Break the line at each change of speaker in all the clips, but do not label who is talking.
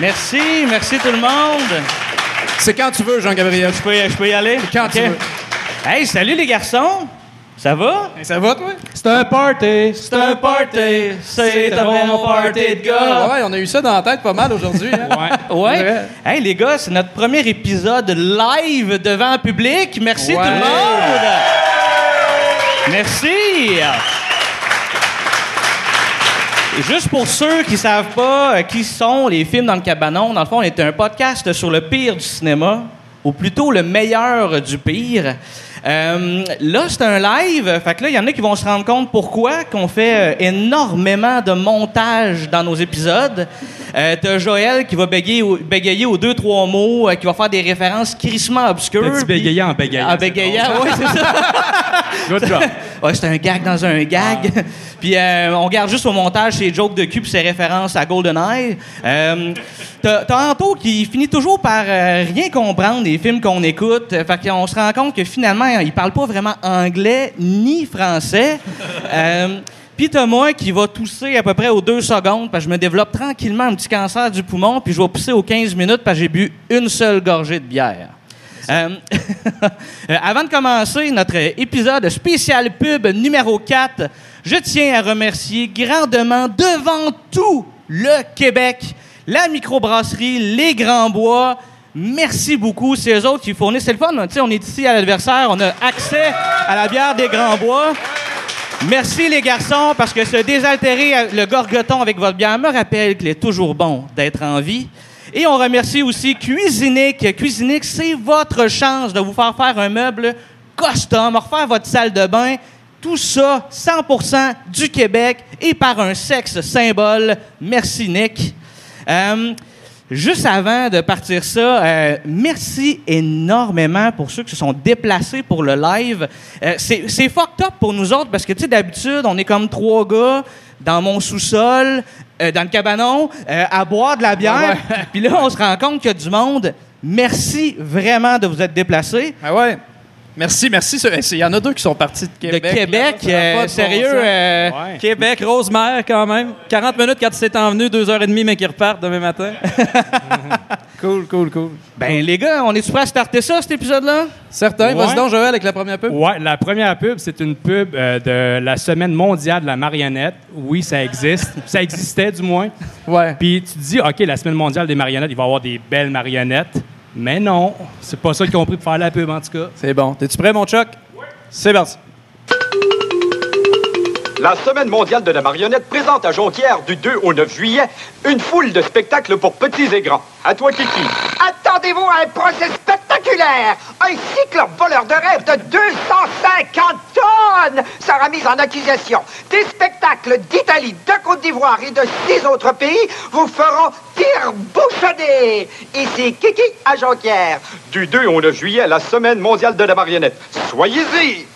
Merci, merci tout le monde.
C'est quand tu veux, Jean-Gabriel.
Je peux, y- je peux y aller?
Quand tu
Ok.
veux.
Hey, salut les garçons. Ça va?
Hey, ça va, toi?
C'est un party. C'est
un party. C'est un bon party de gars.
Ah Ouais, on a eu ça dans la tête pas mal aujourd'hui. hein?
Ouais.
Ouais.
Hey, les gars, c'est notre premier épisode live devant un public. Merci
Ouais.
tout le monde. Merci. Et juste pour ceux qui savent pas euh, qui sont les films dans le cabanon, dans le fond, on est un podcast sur le pire du cinéma, ou plutôt le meilleur du pire. Euh, là, c'est un live, fait que là, il y en a qui vont se rendre compte pourquoi qu'on fait euh, énormément de montage dans nos épisodes. Euh, T'as Joël qui va bégayer, au- bégayer aux deux, trois mots, euh, qui va faire des références crissement obscures.
Petit
puis-
bégayant en bégayant.
Ah, bégayant, oui, c'est ça.
Good job.
Ouais, c'est un gag dans un gag. puis euh, on garde juste au montage ses jokes de cul puis ses références à GoldenEye. Euh, T'as t'as Anto qui finit toujours par euh, rien comprendre des films qu'on écoute. Euh, Fait qu'on se rend compte que finalement, il parle pas vraiment anglais ni français. Euh, puis t'as moi qui va tousser à peu près aux deux secondes parce que je me développe tranquillement un petit cancer du poumon puis je vais pousser aux 15 minutes parce que j'ai bu une seule gorgée de bière. Euh, euh, avant de commencer notre épisode spécial pub numéro 4, je tiens à remercier grandement devant tout le Québec, la microbrasserie Les Grands Bois. Merci beaucoup, c'est eux autres qui fournissent. C'est le fun, hein, tu sais, on est ici à l'adversaire, on a accès à la bière des Grands Bois. Merci les garçons, parce que se désaltérer à- le gorgoton avec votre bière me rappelle qu'il est toujours bon d'être en vie. Et on remercie aussi Cuisinique. Cuisinique, c'est votre chance de vous faire faire un meuble custom, refaire votre salle de bain. Tout ça, 100% du Québec et par un sexe symbole. Merci Nick. Euh, Juste avant de partir ça, euh, merci énormément pour ceux qui se sont déplacés pour le live. Euh, c'est c'est fucked up pour nous autres parce que, tu sais, d'habitude, on est comme trois gars dans mon sous-sol, euh, dans le cabanon, euh, à boire de la bière. Puis là, on se rend compte qu'il y a du monde. Merci vraiment de vous être déplacés.
Ah ouais. Merci, merci. ce- Il y en a deux qui sont partis de Québec.
de Québec,
là, ça a
euh,
pas de bon
sérieux.
sens.
euh,
Ouais.
Québec, Rosemère quand même. 40 minutes quand tu s'est envenu, 2h30, mais qui repartent demain matin.
Cool, cool, cool.
Ben, les gars, on est-tu prêts à starter ça, cet épisode-là?
Certain. Vas-y
Ouais.
donc, Joël, avec la première pub.
Ouais, la première pub, c'est une pub euh, de la Semaine mondiale de la marionnette. Oui, ça existe. ça existait, du moins.
Ouais.
Puis tu te dis, OK, la Semaine mondiale des marionnettes, il va y avoir des belles marionnettes. Mais non, c'est pas ça qu'ils ont pris pour faire la pub, en tout cas.
C'est bon. T'es-tu prêt, mon Chuck? C'est parti.
La Semaine mondiale de la marionnette présente à Jonquière du 2 au 9 juillet une foule de spectacles pour petits et grands. À toi, Kiki.
Attendez-vous à un procès spectaculaire! Un cyclope voleur de rêve de 250 tonnes sera mis en accusation. Des spectacles d'Italie, de Côte d'Ivoire et de six autres pays vous feront tire bouchonner. Ici Kiki à Jonquière.
Du 2 au 9 juillet, la Semaine mondiale de la marionnette. Soyez-y.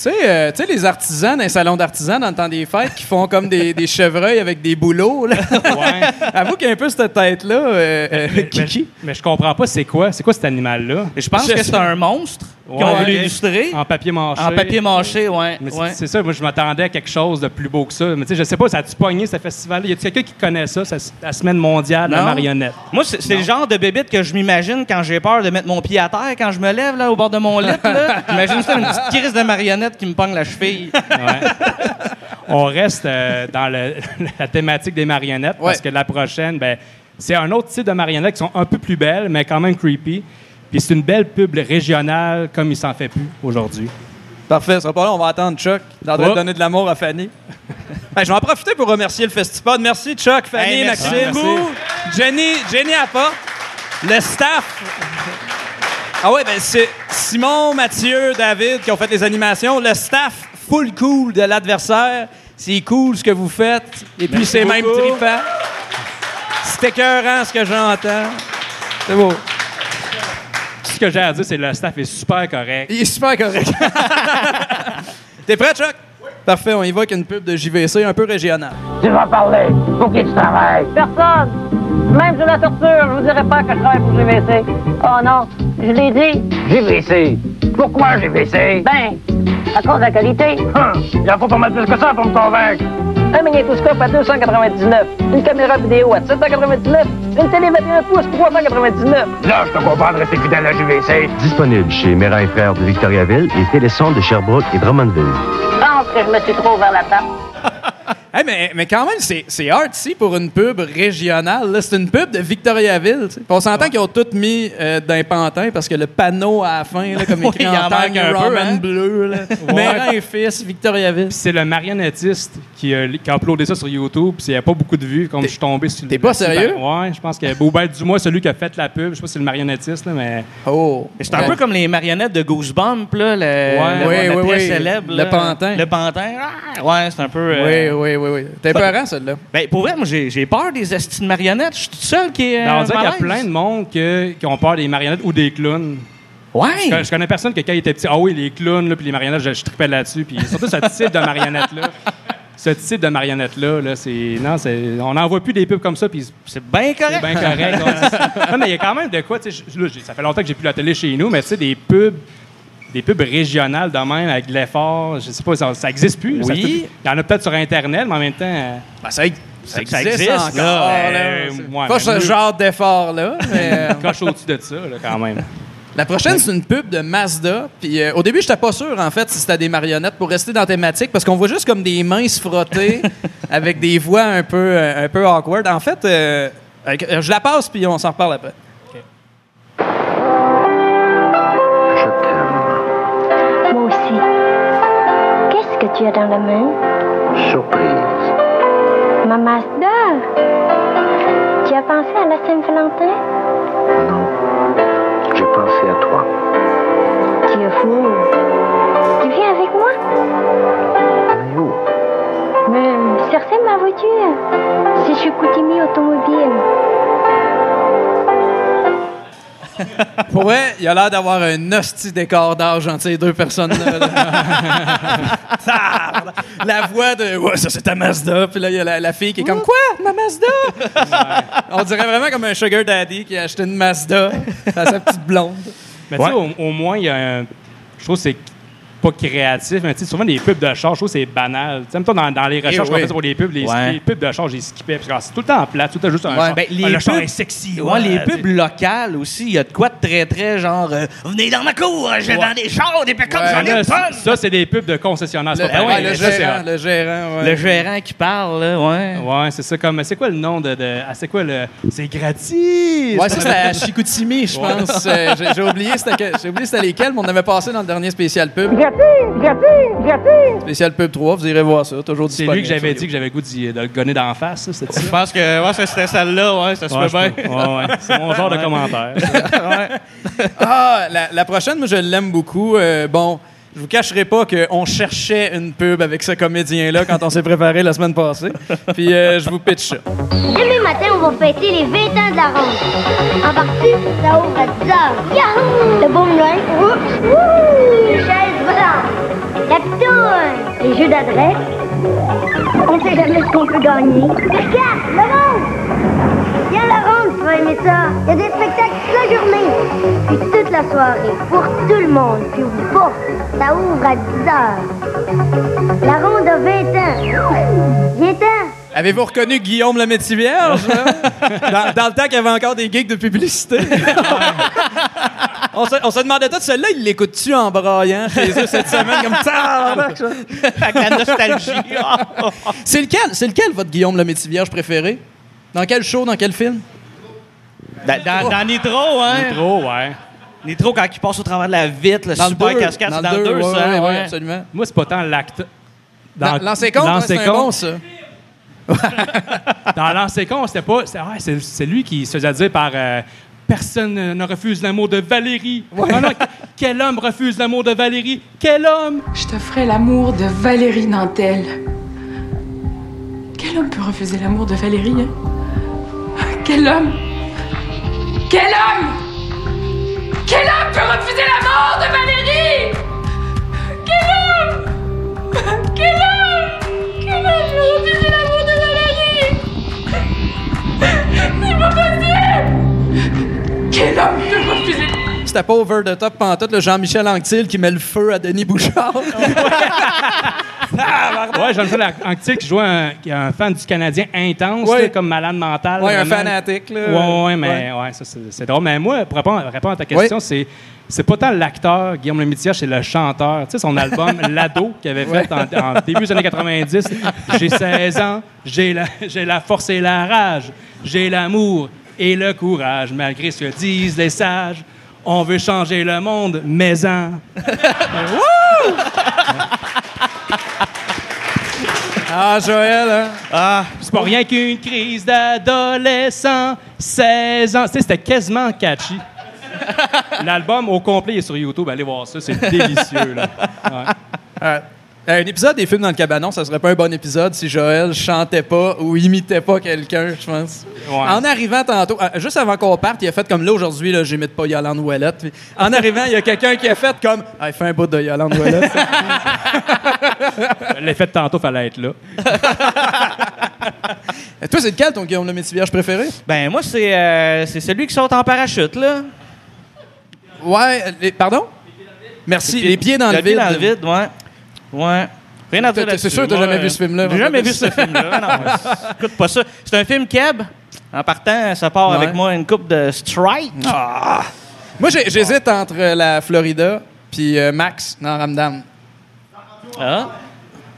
Tu sais, euh, tu sais, les artisans dans les salons d'artisans dans le temps des fêtes qui font comme des, des chevreuils avec des boulots. là.
Ouais.
Avoue qu'il y a un peu cette tête-là, euh, euh,
Mais-
Kiki.
Mais, mais je comprends pas c'est quoi. C'est quoi cet animal-là?
Je pense
Je
que
sais.
c'est un monstre qu'on
Ouais.
veut l'illustrer
En papier mâché.
en papier mâché, ouais.
Mais c'est-
ouais.
c'est ça, moi je m'attendais à quelque chose de plus beau que ça. Mais tu sais, je sais pas, ça a-tu pogné ce festival Y a-tu quelqu'un qui connaît ça, ça- la semaine mondiale de la
Non.
marionnette?
Moi, c'est c'est le genre de bébite que je m'imagine quand j'ai peur de mettre mon pied à terre, quand je me lève là, au bord de mon lit. là. J'imagine ça, une petite crise de marionnette qui me pogne la cheville.
Ouais. On reste euh, dans le- la thématique des marionnettes parce
Ouais.
que la prochaine, ben, c'est un autre type de marionnettes qui sont un peu plus belles, mais quand même creepy. Puis c'est une belle pub régionale comme il s'en fait plus aujourd'hui.
Parfait, ce sera pas là, on va attendre Chuck. Il est en train de
Oh.
donner de l'amour à Fanny. Ben, je vais en profiter pour remercier le Festipod. Merci Chuck, Fanny,
Hey, merci
Maxime,
beaucoup.
Jenny, Jenny Appa, le staff. Ah ouais, ben c'est Simon, Mathieu, David qui ont fait les animations. Le staff full cool de l'adversaire. C'est cool ce que vous faites. Et puis c'est même
beaucoup.
trippant. C'est écœurant ce que j'entends. C'est beau.
Tout ce que j'ai à dire, c'est que le staff est super correct.
Il est super correct.
T'es prêt, Chuck?
Parfait, on y va avec une pub de JVC un peu régionale.
Tu vas parler. Pour qui tu travailles? Personne. Même sur la torture, je vous dirai pas que je travaille pour GVC. Oh non, je l'ai dit. GVC? Pourquoi GVC? Ben, à cause de la qualité.
Hein, Il en faut pas mal plus que ça pour me convaincre.
un magnétoscope à 299, une caméra vidéo à 799, une télé 21 pouces 399.
Là, je te comprends de rester fidèle à JVC.
Disponible chez Mérin et Frères de Victoriaville et Télécentre de Sherbrooke et Drummondville.
Je pense que je me suis trop ouvert la table.
Hey, mais, mais quand même, c'est, c'est hard, si, pour une pub régionale. là. C'est une pub de Victoriaville. tu sais. Puis On s'entend qu'ils ont tout mis euh, d'un pantin parce que le panneau à la fin, là, comme écrit
Oui, il
en
en
tag,
manque un peu,
Roman
hein?
bleu, là. Mérin et fils, Victoriaville.
C'est le marionnettiste qui, euh, qui a uploadé ça sur YouTube. puis Il n'y a pas beaucoup de vues. Comme je suis tombé sur le.
t'es pas sérieux?
Ouais, je pense que. Ou ben, du moins, celui qui a fait la pub. Je sais pas si c'est le marionnettiste, là, mais.
Oh.
C'est un peu comme les marionnettes de Goosebump, là, le, le-
oui,
le
oui,
très
oui.
célèbre.
Le
là.
pantin.
Le pantin. Ah, ouais, c'est un peu...
Oui,
euh,
oui, oui, oui. T'es peurant, celui-là.
Ben, pour vrai, moi, j'ai j'ai peur des astis de marionnettes. Je suis tout seul qui est.
Ben, on
euh,
dirait qu'il y a
malaise.
plein de monde que- qui ont peur des marionnettes ou des clowns. Je,
Ouais!
con- je connais personne que quand il était petit, ah oui, les clowns, là, puis les marionnettes, je, je tripais là-dessus. Puis surtout ce type de marionnette-là. Ce type de marionnette-là, là, c'est. Non, c'est- on n'en voit plus des pubs comme ça, puis
C'est bien correct.
c'est bien correct. on- non, mais il y a quand même de quoi, tu sais. je- là, j'ai- Ça fait longtemps que j'ai plus la télé chez nous, mais tu sais, des pubs. Des pubs régionales de même avec de l'effort, je sais pas, ça, ça existe plus. Ça se peut
Oui.
plus. Il y en a peut-être sur Internet, mais en même temps. euh,
Ben, ça, ça
existe encore,
là.
euh,
C'est
ouais,
pas
mais
ce
mieux-
genre d'effort-là, mais... euh,
coche au-dessus de ça, là, quand même.
La prochaine, c'est une pub de Mazda. Puis euh, au début, j'étais pas sûr, en fait, si c'était des marionnettes pour rester dans la thématique, parce qu'on voit juste comme des mains se frotter avec des voix un peu, euh, un peu awkward. En fait, euh, avec- euh, je la passe, puis on s'en reparle après.
Je t'aime.
Moi aussi. Qu'est-ce que tu as dans la main
Surprise.
Ma Mazda. Tu as pensé à la Saint-Valentin
Non. J'ai pensé à toi.
Tu es fou. Tu viens avec moi
Mais où?
Mais certaines ma voiture. C'est chez Koutimi Automobile.
Pour vrai, il a l'air d'avoir un hostie d'écart d'âge entre ces deux personnes-là. là. Tarde. la voix de Ouais, ça c'est ta Mazda. Puis là, il y a la, la fille qui est comme Quoi Ma Mazda On dirait vraiment comme un Sugar Daddy qui a acheté une Mazda à sa petite blonde.
Mais tu sais, au, au moins, il y a un. Je trouve que c'est pas créatif, mais tu sais, souvent les pubs de char, je trouve que c'est banal. Tu sais, même toi, dans, dans les recherches
Eh
qu'on
oui.
fait pour les pubs, les,
Ouais.
les pubs de char, j'ai skippé. Parce que ah, c'est tout le temps en plat, tout le temps juste un
Ouais.
char.
Ben, les
Ah, le
pubs,
char est sexy.
Ouais,
ouais,
les
tu sais.
pubs locales aussi, il y a de quoi de très, très genre euh, Venez dans ma cour, je vends des chars, des pick-ups,
Ouais,
j'en ai
Là,
une
ça,
tonne!
ça, c'est des pubs de concessionnaires. c'est
Le,
pas
ah ouais,
pareil.
le
Ça, c'est-
gérant, le gérant, ouais.
Le gérant qui parle, là, ouais.
Ouais, c'est ça. Comme, c'est quoi le nom de. de- ah, c'est quoi le. C'est gratis!
Ouais, ça, c'était à Chicoutimi, je pense. Euh, j'ai- J'ai oublié c'était que- j'ai oublié c'était lesquels, mais on avait passé dans le dernier spécial pub.
Gratis, gratis, gratis.
Spécial pub 3, vous irez voir ça, toujours
C'est
disponible.
lui que j'avais
sur
dit que j'avais le goût d'y- de le gonner d'en face, ça, c'était ça?
Je pense que ouais, ça, c'était celle-là, ouais, ça se
Ouais,
peut bien.
je peux- ouais, ouais. C'est mon genre de commentaire.
Ah, la, la prochaine, moi, je l'aime beaucoup. Euh, bon, je vous cacherai pas qu'on cherchait une pub avec ce comédien-là quand on s'est préparé la semaine passée. Puis euh, je vous pitch ça.
Demain matin, on va fêter les 20 ans de la ronde. En partie, ça ouvre à 10 heures. Yahoo! Le boom loin. Wouh! Les chaises volantes. La pitoune. Les jeux d'adresse. On sait jamais ce qu'on peut gagner. Regarde, la ronde! Viens la ronde, tu vas aimer ça. Il y a des spectacles toute la journée. Puis toute la soirée, pour tout le monde. Puis boum, ça ouvre à 10 heures. La ronde a 20 ans. 20 ans!
Avez-vous reconnu Guillaume le métier vierge? dans, dans le temps qu'il y avait encore des gigs de publicité. on, se, on se demandait tout, celui-là, il l'écoute-tu en braillant chez eux cette semaine? Comme ça!
Avec la nostalgie. Ah.
C'est lequel, c'est lequel votre Guillaume le métier vierge préféré? Dans quel show, dans quel film?
dans, dans, dans Nitro, hein. Nitro.
Trop, ouais.
quand il passe au travers de la vitre, le
Dans le
super
deux.
cascade, c'est dans
deux,
le 2,
ouais,
ça.
ouais,
hein,
ouais,
ouais.
absolument.
Moi, c'est pas tant l'acte.
Dans, l'ancien compte, ouais, c'est un bon, ça.
Dans l'ancien con, c'était pas. C'est ouais, c'est- c'est lui qui se faisait dire par. euh, Personne ne refuse l'amour de Valérie. Non, non, quel homme refuse l'amour de Valérie? Quel homme?
Je te ferai l'amour de Valérie Nantel. Quel homme peut refuser l'amour de Valérie hein? Quel homme Quel homme Quel homme peut refuser l'amour de Valérie Quel homme Quel homme Quel homme peut refuser l'amour de Valérie C'est pas possible Quel homme peut refuser
C'était pas over the top pantoute, le Jean-Michel Anctil qui met le feu à Denis Bouchard. Ah,
ouais, j'aime ça l'Antique qui joue un, qui est un fan du Canadien intense,
Ouais.
là, comme malade mental.
Ouais, un
vraiment.
fanatique, là.
Ouais, ouais, mais ouais. ça, c'est c'est drôle. Mais moi, pour répondre, répondre à ta question, c'est. C'est pas tant l'acteur Guillaume Lemitière, c'est le chanteur. Tu sais, son album L'ado qu'il avait fait en, en début des années 90. J'ai 16 ans, j'ai la, j'ai la force et la rage, j'ai l'amour et le courage, malgré ce que disent les sages. On veut changer le monde, mais en. Wouh!
Ah, Joël, hein?
Ah,
C'est pas rien qu'une crise d'adolescent, 16 ans. Tu sais, c'était quasiment catchy. L'album au complet est sur YouTube, allez voir ça, c'est délicieux. Là. Ouais.
Euh, un épisode des films dans le cabanon, ça serait pas un bon épisode si Joël chantait pas ou imitait pas quelqu'un, je pense. En arrivant tantôt, euh, juste avant qu'on parte, il a fait comme là aujourd'hui, là, j'imite pas Yolande Ouellette. Puis En arrivant, il y a quelqu'un qui a fait comme Ah, il fait un bout de Yolande Ouellette.
L'effet de tantôt, fallait être là.
Et Toi, c'est lequel ton Guillaume le Métivierge préféré?
Ben, moi, c'est euh, c'est celui qui saute en parachute, là.
Ouais, euh, les- pardon? Merci. Les pieds dans le
pied
vide.
dans le vide, ouais. Ouais. Rien à dire
T'as- t'as- c'est
là-dessus.
sûr que t'as
Moi, euh,
jamais vu ce film-là,
J'ai
en
jamais
plus.
vu ce film-là. Non, écoute pas ça. C'est un film Keb. En partant, ça part
Ouais. Ah.
avec moi une coupe de strike.
Moi, j'ai- j'hésite entre euh, la Florida puis euh, Max dans Ramdam.
Ah.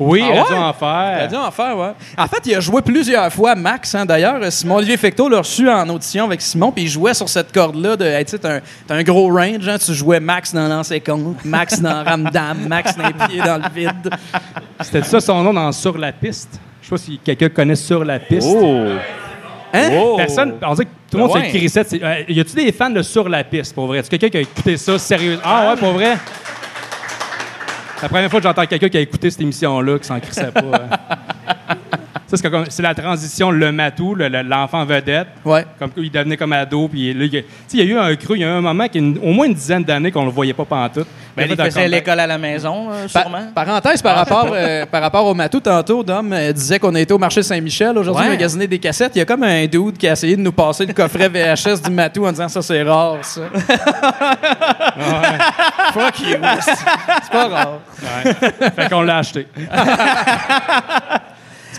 Oui,
Ah
Radio
ouais?
Enfer.
Il a dû en faire, ouais. En fait, il a joué plusieurs fois Max, hein, d'ailleurs. Simon Olivier Fecteau l'a reçu en audition avec Simon, puis il jouait sur cette corde-là de hey, tu sais, t'as un, t'as un gros range, hein, tu jouais Max dans l'ancien compte, Max dans Ramdam, Max dans les pieds dans le vide.
C'était ça son nom dans Sur la piste. Je sais pas si quelqu'un connaît Sur la piste.
Hein?
Oh.
Personne, on dirait que tout le monde se crissait. c'est- euh, y a-tu des fans de Sur la piste, pour vrai? Est-ce quelqu'un qui a écouté ça sérieusement? Ah ouais, pour vrai? La première fois que j'entends quelqu'un qui a écouté cette émission-là, qui s'en crissait pas. hein. Ça, c'est comme- c'est la transition le matou, le- le- l'enfant vedette.
Ouais.
Comme il devenait comme ado, puis là, il y a- tu sais, il y a eu un creux, il y a eu un moment, qui, a une- au moins une dizaine d'années qu'on le voyait pas pantoute.
Ben,
Il a
il
fait un
faisait
comeback.
l'école à la maison, euh,
Pa-
sûrement. Ah,
parenthèse par rapport, euh, par rapport au matou, tantôt, Dom euh, disait qu'on a été au marché Saint-Michel aujourd'hui
Ouais.
magasiner des cassettes. Il y a comme un dude qui a essayé de nous passer le coffret VHS du matou en disant ça, c'est rare, ça. Fuck you. C'est c'est pas rare.
Fait qu'on l'a acheté.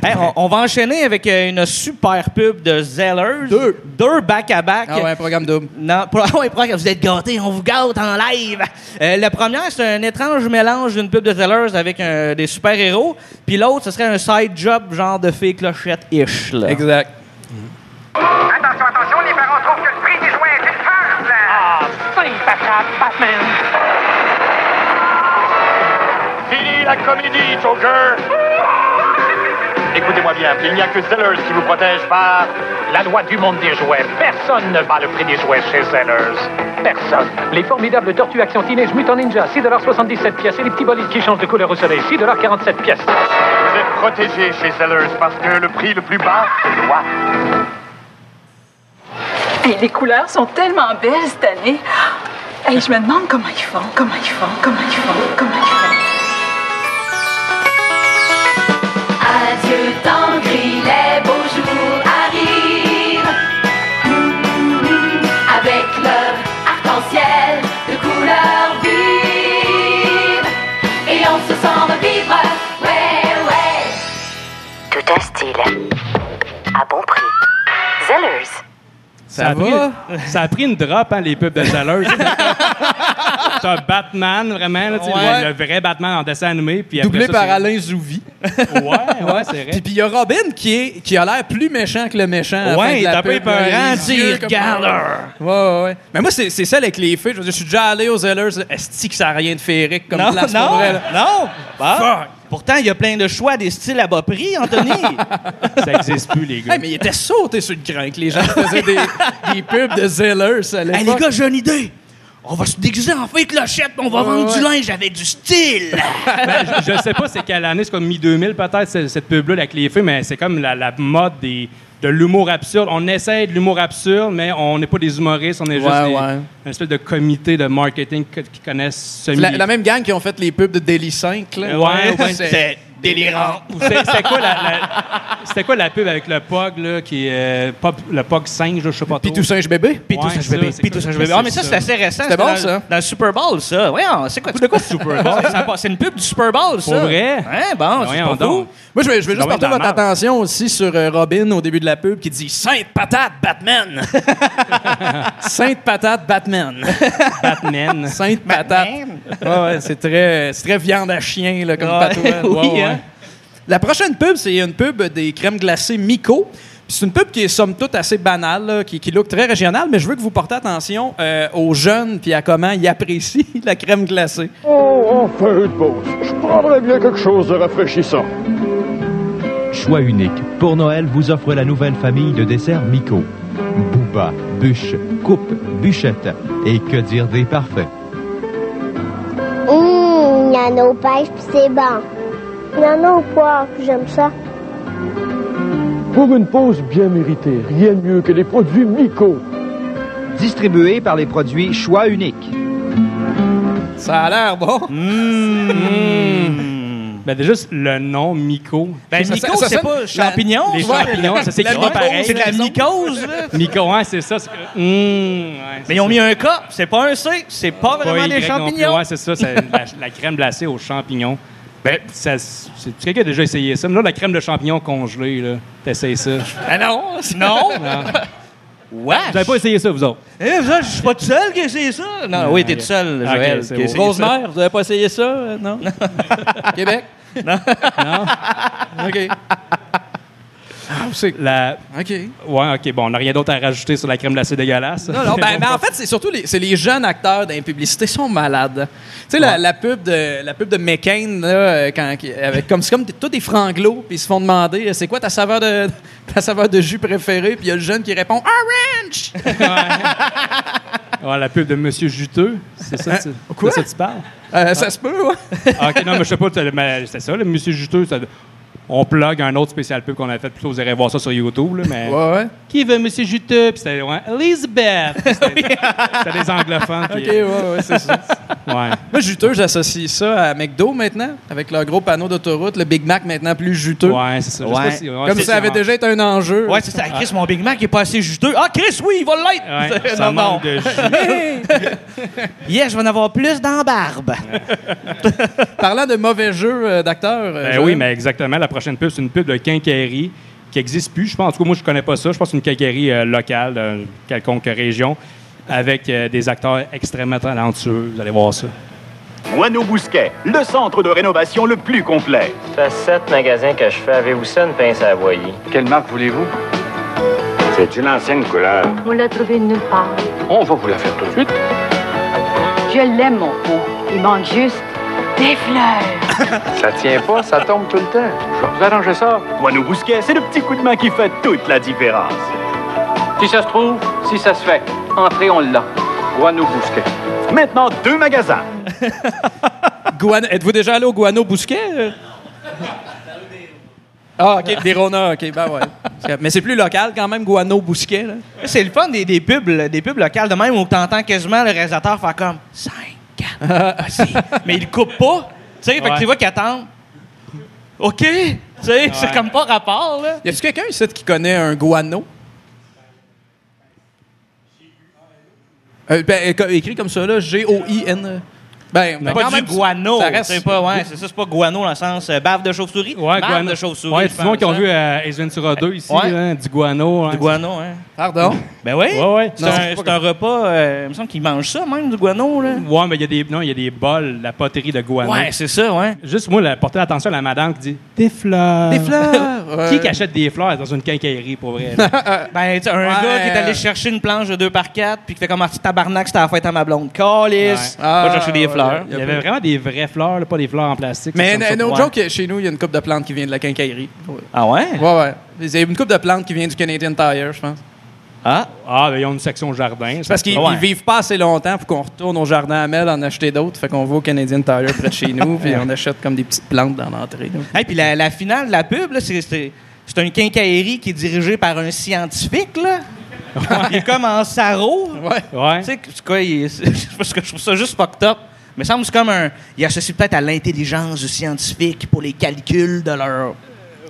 Hey, on, on va enchaîner avec euh, une super pub de Zellers.
Deux.
Deux back-à-back.
Ah ouais, programme double.
Non, pour, Ah ouais, pour que vous êtes gâtés, on vous gâte en live. Euh, la première, c'est un étrange mélange d'une pub de Zellers avec un- des super-héros. Puis l'autre, ce serait un side job genre de fée clochette-ish. là.
Exact.
Attention, attention, les parents trouvent que le prix des joints est une farce, là! Ah, fini, Batman, Batman!
Fini la comédie, Joker! Écoutez-moi bien, il n'y a que Zellers qui vous protège par la loi du monde des jouets.
Personne ne bat le prix des jouets chez Zellers. Personne. Les formidables tortues Action Teenage Mutant Ninja, 6,77 pièces. Et les petits bolides qui changent de couleur au soleil, 6,47 pièces.
Vous êtes protégés chez Zellers parce que le prix le plus bas, c'est loi.
Hey, les couleurs sont tellement belles cette année. Hey, je me demande comment ils font, comment ils font, comment ils font, comment ils font. Adieu temps gris, les beaux jours arrivent. Avec leur arc-en-ciel de couleurs vives. Et on se sent revivre, ouais, ouais.
Tout un style. À bon prix. Zellers.
Ça,
Ah
a pris, ça a pris une drop, hein, les pubs de Zellers. T'as Batman, vraiment, là, tu sais,
Ouais.
le, le vrai Batman en dessin animé. Puis
Doublé
après ça,
par Alain Zouvi.
c'est- Ouais, ouais, c'est
Puis
vrai.
puis il y a Robin qui, est, qui a l'air Ah, plus méchant que le méchant. à la fin
Ouais,
de la
t'as
pub,
pas
là, les
épeurant,
yeux
dis,
comme-
regarde
Ouais, ouais, ouais. Mais moi, c'est c'est celle avec les feux. Je veux dire, je suis déjà allé aux Zellers. Esti que ça n'a rien de féerique comme
Non,
place, pour
non,
vrai, là.
non. Bon.
Fuck.
Pourtant, il y a plein de choix des styles à bas prix, Anthony.
Ça existe plus, les gars.
Hey, mais il était sauté sur le grain que les gens faisaient des, des pubs de Zellers à
Hey,
l'époque.
les gars, j'ai une idée. On va se déguiser en fée clochette, puis on va vendre du linge avec du style.
Ben, je, je sais pas c'est quelle année, c'est comme mi-2000 peut-être, ce- cette pub-là avec les feux, mais c'est comme la, la mode des, de l'humour absurde. On essaie de l'humour absurde, mais on n'est pas des humoristes, on est juste
Ouais,
des-
ouais.
un espèce de comité de marketing que- qui connaissent semi...
La, la même gang qui ont fait les pubs de Daily 5. Là.
Ouais, ouais,
c'est-
C'est délirant.
Ou c'est- C'était quoi la, la- c'était quoi la pub avec le POG, là, qui est euh, pop- le POG singe, là, je sais pas trop.
Pitou singe bébé?
Pitou singe bébé. Pitou singe bébé. Ah, mais ça, c'est assez récent.
C'était bon,
dans-
ça?
Dans le Super Bowl, ça. Voyons, c'est quoi?
De quoi, Super Bowl?
Ça a passé- C'est une pub du Super Bowl, ça.
Pour vrai?
Ouais, bon, c'est pas fou.
Moi, je vais, je
C'est
vais juste
donc
porter
bien de
votre
la merde.
attention aussi sur euh, Robin au début de la pub qui dit Sainte patate, Batman! Sainte patate, Batman!
Batman.
Sainte patate. Ouais, ouais, c'est très, c'est très viande à chien là, comme
Ouais.
patois.
Oui,
Ouais, ouais.
hein?
La prochaine pub, c'est une pub des crèmes glacées Miko. Puis C'est une pub qui est somme toute assez banale, là, qui, qui look très régionale, mais je veux que vous portez attention euh, aux jeunes puis à comment ils apprécient la crème glacée.
Oh, enfin une pause. Je prendrais bien quelque chose de rafraîchissant.
Choix unique. Pour Noël, vous offre la nouvelle famille de desserts Miko. Bouba, bûche, coupe, bûchette. Et que dire des parfaits?
Hum, il y en a au pêche, puis c'est bon. Il y en a au poire, puis j'aime ça.
Pour une pause bien méritée, rien de mieux que les produits Mico.
Distribué par les produits Choix Unique.
Ça a l'air bon.
Ben déjà, c'est le nom Miko.
Ben,
Ça, ça-
mycose,
ça
c'est
sonne-
pas champignon,
Les
ça?
champignons, ça
La
s'écrit pas
mycose,
pareil.
c'est de la mycose, là.
Myco, hein, c'est ça. c'est que- Hum, ouais, c'est
Mais ils ont
ça.
mis un K, c'est pas un C, c'est pas vraiment
Y
des
non plus.
champignons.
Ouais, c'est ça, c'est la, la crème glacée aux champignons. Ben, ça, c'est quelqu'un qui a déjà essayé ça. Mais là, la crème de champignons congelée, là, t'essayes ça. Ah.
Ah non, non. Ouais.
Vous avez pas essayé ça, vous autres?
Eh, ça, je suis pas tout seul qui a essayé ça. Non, oui, t'es tout seul, Joël. qui a essayé ça.
Rosemère, vous avez pas essayé ça, euh, non?
Québec?
Non.
OK.
La...
OK.
Ouais, OK, bon, on n'a rien d'autre à rajouter sur la crème glacée dégueulasse.
Non, non, ben, ben, en fait, c'est surtout les, c'est les jeunes acteurs dans les publicités sont malades. Tu sais, la, la pub de, la pub de McCain, là, euh, quand, qui- avec, comme, c'est comme t- tous des franglots, puis ils se font demander euh, c'est quoi ta saveur de, ta saveur de jus préférée, puis il y a le jeune qui répond Orange!
Ouais, la pub de Monsieur Juteux, c'est
Hein?
ça, tu-
Quoi?
de ça que tu parles?
Euh, ça se peut, ouais.
Ah, OK, non, mais je sais pas, t'as- mais c'est ça, le Monsieur Juteux, ça- on plug un autre spécial pub qu'on a fait, plutôt vous irez voir ça sur YouTube, là, mais...
Ouais, ouais.
Qui veut Monsieur Juteux? Puis c'était, ouais, Elizabeth! Puis C'était c'était des anglophones.
OK,
puis-
ouais, ouais, c'est ça.
Ouais.
Moi, juteux, j'associe ça à McDo maintenant, avec leur gros panneau d'autoroute, le Big Mac maintenant plus juteux.
Ouais, c'est ça. Je sais
Ouais.
pas si- ouais,
Comme
c'est-
ça avait déjà été un enjeu.
Ouais, c'est ça. Chris, mon Big Mac est pas assez juteux. Ah, Chris, oui, il va l'être.
Ouais, ça manque de
yes, je vais en avoir plus dans la barbe.
Parlant de mauvais jeu euh, d'acteurs. euh,
Ben
Joël.
oui, mais exactement. La prochaine pub, c'est une pub de quincaillerie qui n'existe plus. Je pense, en tout cas, moi, je connais pas ça. Je pense que c'est une quincaillerie euh, locale d'une quelconque région avec euh, des acteurs extrêmement talentueux. Vous allez voir ça.
Moineau Bousquet, le centre de rénovation le plus complet.
Ça fait sept magasins que je fais. Avez-vous ça, une pince à voyer?
Quelle marque voulez-vous C'est une ancienne couleur.
On l'a trouvé nulle part.
On va vous la faire tout de suite.
Je l'aime, mon pot. Il manque juste des fleurs.
Ça tient pas, ça tombe tout le temps. Je vais vous arranger ça.
Moineau Bousquet, c'est le petit coup de main qui fait toute la différence.
Si ça se trouve, si ça se fait, entrez, on l'a. Guano Bousquet.
Maintenant, deux magasins.
Guano- Êtes-vous déjà allé au Guano Bousquet? Ah, OK, des Rona, OK, ben ouais. Mais c'est plus local quand même, Guano Bousquet. Là.
C'est le fun des, des pubs, là, des pubs locales de même où t'entends quasiment le réalisateur faire comme 5, 4, 6. Mais il coupe pas. Tu sais, fait que
Ouais.
tu vois qu'il attend. OK. Tu sais, c'est comme pas rapport, là.
Y a-tu quelqu'un ici qui connaît un Guano? Euh, ben, éco- écrit comme ça, là, G-O-I-N. Ben, ben,
pas
quand
du
même,
guano.
ça reste-
C'est pas, ouais, c'est ça, c'est pas guano dans le sens euh, bave de chauve-souris.
Ouais,
bave
guano.
de chauve-souris.
Ouais,
je
disons
pense,
qu'ils ont
hein.
vu euh, Ace Ventura 2 ici,
Ouais.
hein, du guano. hein.
Du guano, hein.
Pardon?
Ben oui.
Ouais, ouais.
C'est un, c'est un repas, euh, il me semble qu'ils mangent ça même, du guano, là.
Ouais, mais il y a des non, il y a des bols, la poterie de guano.
Ouais, c'est ça, ouais.
Juste moi, là, porter attention à la madame qui dit des fleurs.
Des fleurs, ouais.
qui qui achète des fleurs dans une quincaillerie pour vrai là?
ben, tu sais, un gars qui est allé chercher une planche de 2 par 4 puis qui fait comme un petit tabarnak, c'était la fête à ma blonde. Calice.
Ah,
va chercher des fleurs.
Il y avait vraiment des vraies fleurs, là, pas des fleurs en plastique.
Mais
ça, ça me
no
surprend.
joke, chez nous, il y a une coupe de plantes qui vient de la quincaillerie.
Ah ouais?
Ouais, ouais. Il y a une coupe de plantes qui vient du Canadian Tire, je pense.
Ah,
ah ben, ils ont une section jardin.
C'est Parce qu'ils
Ah Ouais.
ils vivent pas assez longtemps pour qu'on retourne au jardin à Mel en acheter d'autres. Fait qu'on va au Canadian Tire près de chez nous, puis on achète comme des petites plantes dans l'entrée. là.
Hey, puis la, la finale de la pub, là, c'est- c'est c'est une quincaillerie qui est dirigée par un scientifique, là. Il est comme en sarrau.
Ouais.
Tu sais, c'est quoi, il- c'est- je trouve ça juste fucked up. me semble que c'est comme un. Ils associent peut-être à l'intelligence du scientifique pour les calculs de leur.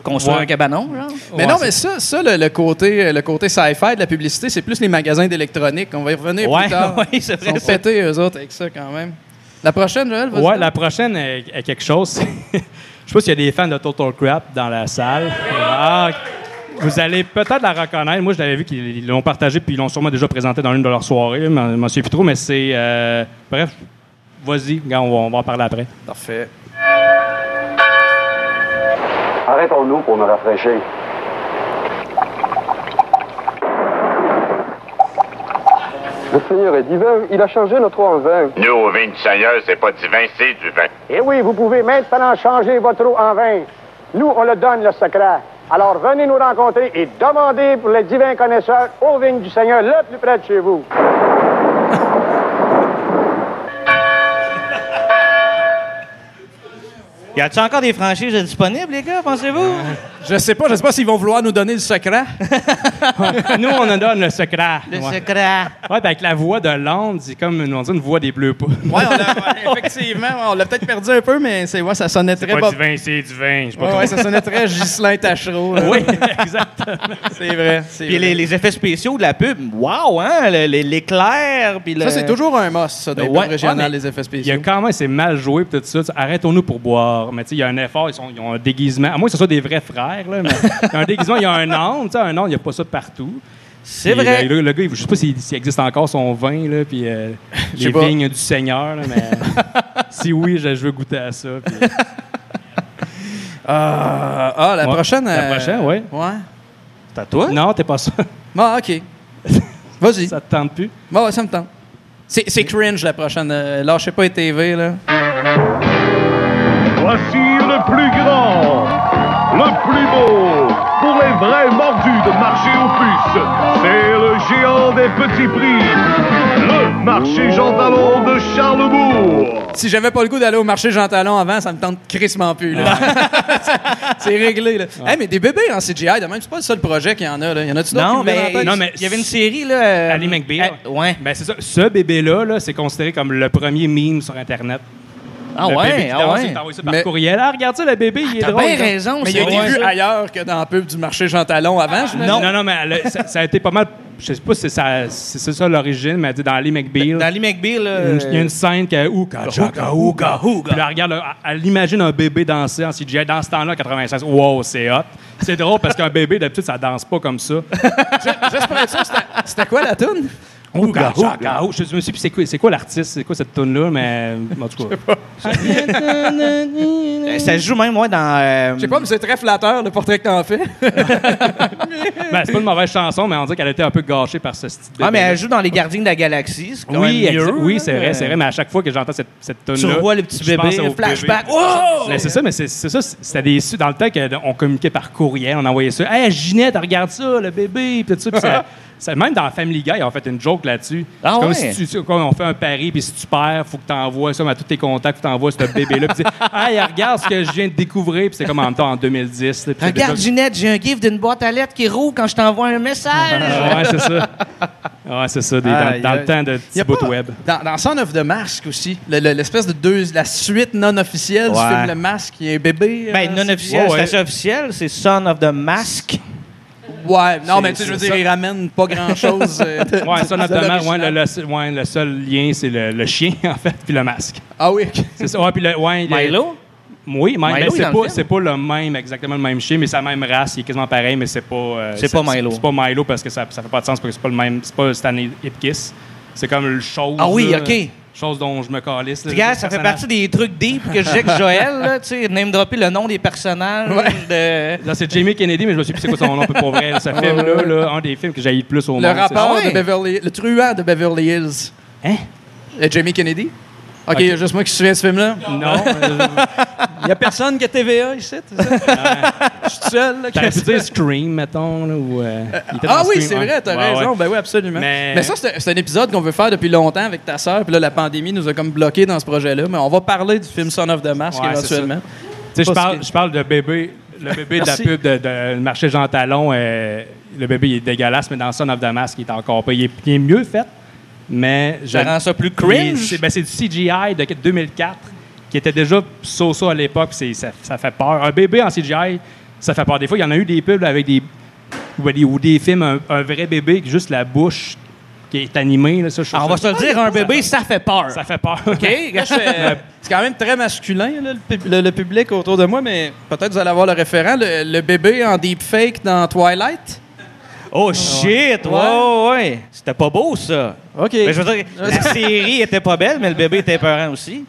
construire
Ouais.
un cabanon, genre.
Mais non, mais ça, ça le, le côté, le côté sci-fi de la publicité, c'est plus les magasins d'électronique. On va y revenir
Ouais,
plus tard.
ouais, c'est vrai,
Ils sont
ça.
pétés, eux autres, avec ça, quand même. La prochaine, Joël, vas-y.
Ouais, la prochaine est, est quelque chose. c'est- Je sais pas s'il y a des fans de Total Crap dans la salle. Ah, vous allez peut-être la reconnaître. Moi, je l'avais vu qu'ils ils l'ont partagé puis ils l'ont sûrement déjà présenté dans une de leurs soirées. Je m'en je m'en souviens plus trop, mais c'est. euh, bref, vas-y, regarde, on va, on va en parler après.
Parfait.
Arrêtons-nous pour nous rafraîchir.
Le Seigneur est divin, il a changé notre eau en vin.
Nous, au vin du Seigneur, c'est pas du vin, c'est du vin.
hein? Eh oui, vous pouvez maintenant changer votre eau en vin. Nous, on le donne, le secret. Alors venez nous rencontrer et demandez pour les divins connaisseurs aux vignes du Seigneur le plus près de chez vous.
Y a-tu encore des franchises disponibles, les gars, pensez-vous?
Je sais pas, je sais pas s'ils vont vouloir nous donner le secret.
Nous, on en donne le secret.
Le secret.
Ouais, ben, avec la voix de Londres, c'est comme une, on dit une voix des bleus poules.
Ouais, on l'a- ouais, effectivement, ouais, on l'a peut-être perdu un peu, mais c'est, ouais, ça sonnait très
pas
Bob-
du vin, c'est du vin. je sais pas
Ouais,
trop.
ouais, ça sonnait très Ghislain Tachereau. là.
Oui, exactement.
C'est vrai. c'est
Puis
vrai.
les, les effets spéciaux de la pub, wow, hein? le- le- L'éclair, puis le...
Ça, c'est toujours un must, ça, dans les
Ouais,
pubs régionales,
ouais, mais
les effets
Il y a
spéciaux.
quand même, c'est mal joué, pis tout ça. tu- Arrêtons-nous pour boire. Mais tu sais, il y a un effort, ils, sont- ils ont un déguisement. À moins que ce soit des vrais frères, là, mais il y a un déguisement, il y a un âne, tu sais, un âne, il n'y a pas ça partout.
C'est
Puis,
vrai.
euh, Le, le gars, il- je sais pas s'il s'il existe encore son vin, là, puis euh,
Je sais
les
pas.
vignes du Seigneur, là, mais si oui, je, je veux goûter à ça. puis-
Ah, ah, la
Ouais,
prochaine.
La
euh,
prochaine, oui.
Ouais.
C'est à toi?
Non, t'es pas ça.
Ah, OK. Vas-y.
Ça te tente plus?
Bon, ouais, ça me tente. C'est, c'est cringe, la prochaine. Euh, lâchez pas les TV, là.
Voici le plus grand, le plus beau, pour les vrais mordus de marché aux puces. C'est le géant des petits prix, le marché Jean Talon de Charlebourg.
Si j'avais pas le goût d'aller au marché Jean Talon avant, ça me tente crissement plus, là. c'est réglé, là. Hey, mais des bébés en CGI, de même, c'est pas le seul projet qu'il y en a, là. Il y en a-tu d'autres qui
Non,
me viennent en
mais,
tête?
non, mais il y avait une série, là... euh, Ah,
Ali McBeal.
ouais.
Ben, c'est ça. Ce bébé-là, là, c'est considéré comme le premier meme sur Internet.
Ah
Le
ouais,
bébé qui
ah
danse,
ouais.
il t'a envoyé ça par
Mais-
courriel. Ah, regarde ça, le bébé, il est
T'as
drôle.
bien
comme-
Ben, raison, Mais il y a
c'est
été
vrai,
vu
ça.
ailleurs que dans la pub du marché Jean Talon
Ah,
avant, je
Non, non, non, mais elle a- ça, ça a été pas mal. Je sais pas si c'est ça, si c'est ça l'origine, mais elle dit dans Ali McBeal.
Dans Ali McBeal, là, euh,
Il y a une scène qui est Ouka, Chaka, Ouka, Ouka. Puis elle regarde, là, elle, elle imagine un bébé danser en CGI. Dans ce temps-là, 96, wow, c'est hot. C'est drôle parce qu'un bébé, d'habitude, ça danse pas comme ça.
Juste pour être sûr, c'était- c'était quoi la toune?
Ouka, Chaka, Ouka. Je me suis dit, c'est quoi, c'est quoi l'artiste? C'est quoi cette tune-là? Mais en tout cas.
Euh, Ça se joue même, ouais, dans... euh,
Mm. Je sais pas, mais c'est très flatteur, le portrait que t'en fais.
Ben, c'est pas une mauvaise chanson, mais on dirait qu'elle était un peu gâchée par ce style.
Ah, mais elle joue dans Les Gardiens de la Galaxie, c'est quand
Oui,
même
exa-
mieux,
oui,
là,
c'est vrai,
mais-
c'est vrai, mais à chaque fois que j'entends cette, cette tune-là.
Tu revois le petit
je pense
bébé,
au
le flashback. Oh!
Oh,
Wow!
Mais c'est ça, mais c'est c'est ça, c'est- c'était des su- dans le temps qu'on communiquait par courriel, on envoyait ça. Hey, Ginette, regarde ça, le bébé, puis tout ça. puis ça- ça- même dans Family Guy, ils ont fait une joke là-dessus.
Ah
C'est comme
ouais?
si tu- tu- comme on fait un pari, puis si tu perds, faut que tu envoies ça à tous tes contacts, faut que tu envoies ce bébé-là, puis tu dis, hey, regarde ce que je viens de découvrir, puis c'est comme en même temps en 2010. là, puis c'est
Regarde,
déjà-
Ginette, j'ai un gif d'une boîte à lettres qui roule quand je t'envoie un message.
Ah, Ouais, c'est ça. Ouais, c'est ça, des- dans-
Aïe,
dans,
aïe.
le temps de
Y a
petits bouts
pas-
web.
Dans, dans 109 de Masque aussi, le- le- l'espèce de deux, la suite non officielle
Ouais.
du film Le Masque, il y a un bébé. euh,
Ben, non
c'est-
officiel,
Ouais, ouais.
c'est assez officiel, c'est Son of the Mask.
Ouais, non,
C'est-
mais tu sais, je veux
c'est
dire, il ramène pas grand-chose. euh, de-
Ouais, ça,
de
notamment, ouais,
l'original.
le, le- ouais, le seul lien, c'est le, le chien, en fait, puis le masque.
Ah oui, ok.
C'est ça. Ouais, puis le, ouais, le-
Milo?
Oui, Milo,
Milo
mais
est dans
c'est
le
pas,
film?
c'est pas le même, exactement le même chien, mais c'est la même race, il est quasiment pareil, mais c'est pas. euh,
C'est pas Milo.
C'est pas Milo parce que ça, ça fait pas de sens, parce que c'est pas le même. C'est pas Stanley Ipkiss. C'est comme le chose.
Ah oui,
là,
ok.
Chose dont je me calisse. là,
Regarde,
le
ça fait
personnage.
partie des trucs deep que je disais que Joël, là, tu sais, name dropper le nom des personnages. De...
Là, c'est Jamie Kennedy, mais je me suis plus c'est quoi son nom, peu pour vrai. Ce film-là, là, un des films que j'ai le plus au
Le
monde. c'est-
rapport de Beverly Le truand de Beverly Hills.
Hein?
Euh, Jamie Kennedy? OK,
Ok.
il y a juste moi qui se souviens de ce film-là.
Non. euh,
Il y a personne qui a TVA ici, c'est ça? Je suis tout seul. là, qui
T'aurais
a
pu
ça.
dire Scream, mettons, là, ou... euh, il était dans
Ah oui,
Scream
c'est
un.
vrai, t'as
Ouais,
raison.
ouais.
Ben oui, absolument.
Mais-
Mais, ça, c'est un- c'est un épisode qu'on veut faire depuis longtemps avec ta sœur. Puis là, la pandémie nous a comme bloqués dans ce projet-là. Mais on va parler du film Son of the Mask
Ouais, c'est
éventuellement.
Tu sais, je
Parce
parle,
que-
je parle de bébé, le bébé de la
Merci.
pub de, de- le marché Jean Talon. euh, le bébé, il est dégueulasse, mais dans Son of Damasque, il est encore pas... Il est, il est mieux fait, mais...
Ça
je-
rend ça plus cringe?
Mais C'est ben, c'est du CGI de 2004 qui était déjà so-so à l'époque, puis c'est- ça, ça fait peur. Un bébé en CGI, ça fait peur. Des fois, il y en a eu des pubs avec des... Ou des, ou des films, un, un vrai bébé, avec juste la bouche qui est animée. Là, ça, je
Alors, Ah, on va se le dire, un bébé, ça fait peur.
Ça fait peur.
OK?
Là, je
euh,
fais- C'est quand même très masculin, là, le, pub- le- le public autour de moi, mais peut-être vous allez avoir le référent, le, le bébé en deepfake dans Twilight.
Oh shit! Ouais, ouais, ouais. C'était pas beau, ça.
OK.
Mais je veux dire, la série était pas belle, mais le bébé était peurant aussi.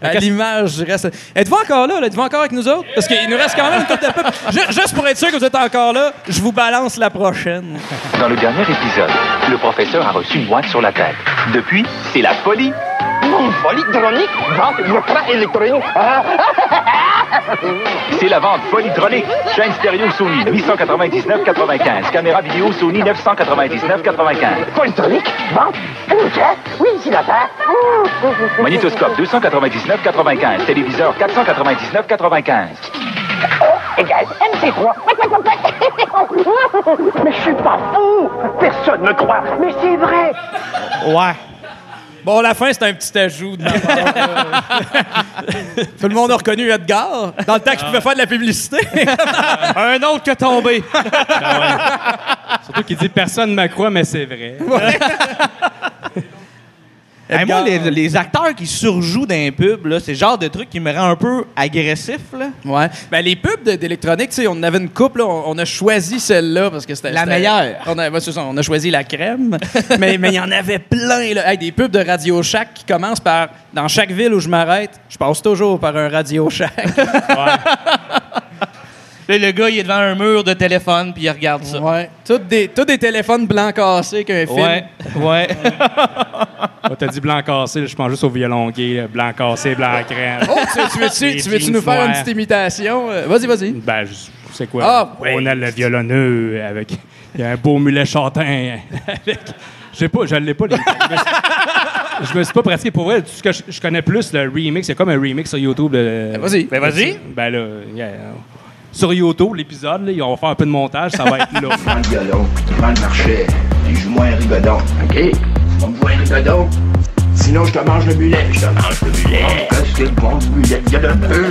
À l'image, je reste. Êtes-vous encore là? là? Êtes-vous encore avec nous autres? Parce qu'il nous reste quand même une couple de pubs. Ju- Juste pour être sûr que vous êtes encore là, je vous balance la prochaine.
Dans le dernier épisode, le professeur a reçu une boîte sur la tête. Depuis, c'est la folie.
Folie dronique, vente ultra électronique.
C'est la vente polytronique. Chaîne stéréo Sony 899,95. Caméra vidéo Sony 999,95.
Polytronique, vente, ultra, oui, c'est la terre.
Magnétoscope 299,95. Téléviseur 499,95.
Égale MC3. Mais je suis pas fou! Personne me croit, mais c'est vrai!
Ouais.
Bon, la fin, c'est un petit ajout. de ma part. Tout le monde a reconnu Edgar dans le temps qu'il pouvait faire de la publicité.
un autre que tombé.
Surtout qu'il dit « Personne ne me croit, mais c'est vrai.
Eh,
Hey, moi, les, les acteurs qui surjouent dans un pub, là, c'est le genre de truc qui me rend un peu agressif. Là.
Ouais. Ben, les pubs de- d'électronique, tu sais, on en avait une couple, là, on, on a choisi celle-là parce que c'était.
La
c'était-
meilleure.
On a, ouais, c'est ça, on a choisi la crème. mais mais il y en avait plein, là. Hey, des pubs de Radio Shack qui commencent par. Dans chaque ville où je m'arrête, je passe toujours par un Radio Shack.
Là, le gars, il est devant un mur de téléphone, puis il regarde ça.
ouais. Tous des, tous des téléphones blancs cassés qu'un film.
Ouais, ouais.
Oh, T'as dit blanc cassé, là, je pense juste au violon gay, là, blanc cassé, blanc crème.
Oh, tu, tu veux-tu,
Les
tu veux-tu
jeans
nous faire une
noirs.
petite imitation? Euh, Vas-y, vas-y.
Ben, je sais quoi.
Ah,
On a le violonneux avec. Il y a un beau mulet chantin avec. Je sais pas, je l'ai pas. les- Je me suis pas pratiqué pour vrai. Tout ce que je, je connais plus, le remix, c'est comme un remix sur YouTube. de-
vas-y.
Ben, vas-y.
Ben là, yeah. sur YouTube, l'épisode, là, on va faire un peu de montage, ça va être là.
Prends le violon, puis tu prends le marché, puis joue-moi un rigodon, OK? On me voit un rigodon, sinon je te mange le mulet. Je te mange le mulet. Qu'est-ce que c'est bon du mulet de violonneux?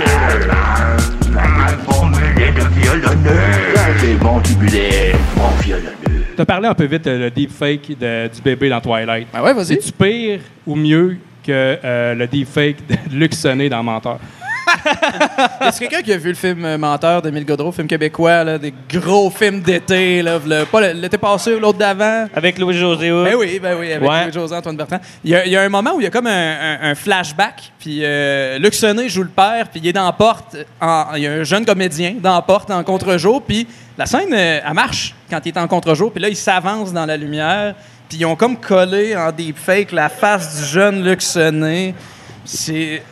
Un bon mulet de violonneux. Qu'est-ce que c'est bon du mulet, mon violonneux.
T'as parlé un peu vite euh, le deepfake de- du bébé dans Twilight.
Ah ouais, vas-y.
C'est-tu pire ou mieux que euh, le deepfake de Luc Sonnet dans Menteur?
Est-ce quelqu'un qui a vu le film euh, Menteur d'Émile Gaudreau, film québécois, là, des gros films d'été, là, v'là- pas le- l'été passé ou l'autre d'avant?
Avec Louis-José Hood.
Ben oui, ben oui, avec
Ouais.
José Antoine Bertrand. Il y, a, il y a un moment où il y a comme un, un- un flashback, puis euh, Luc Sonnet joue le père, puis il est dans la porte, en- il y a un jeune comédien dans la porte en contre-jour, puis la scène, euh, elle marche quand il est en contre-jour, puis là, il s'avance dans la lumière, puis ils ont comme collé en deepfake la face du jeune Luc Sonnet. C'est...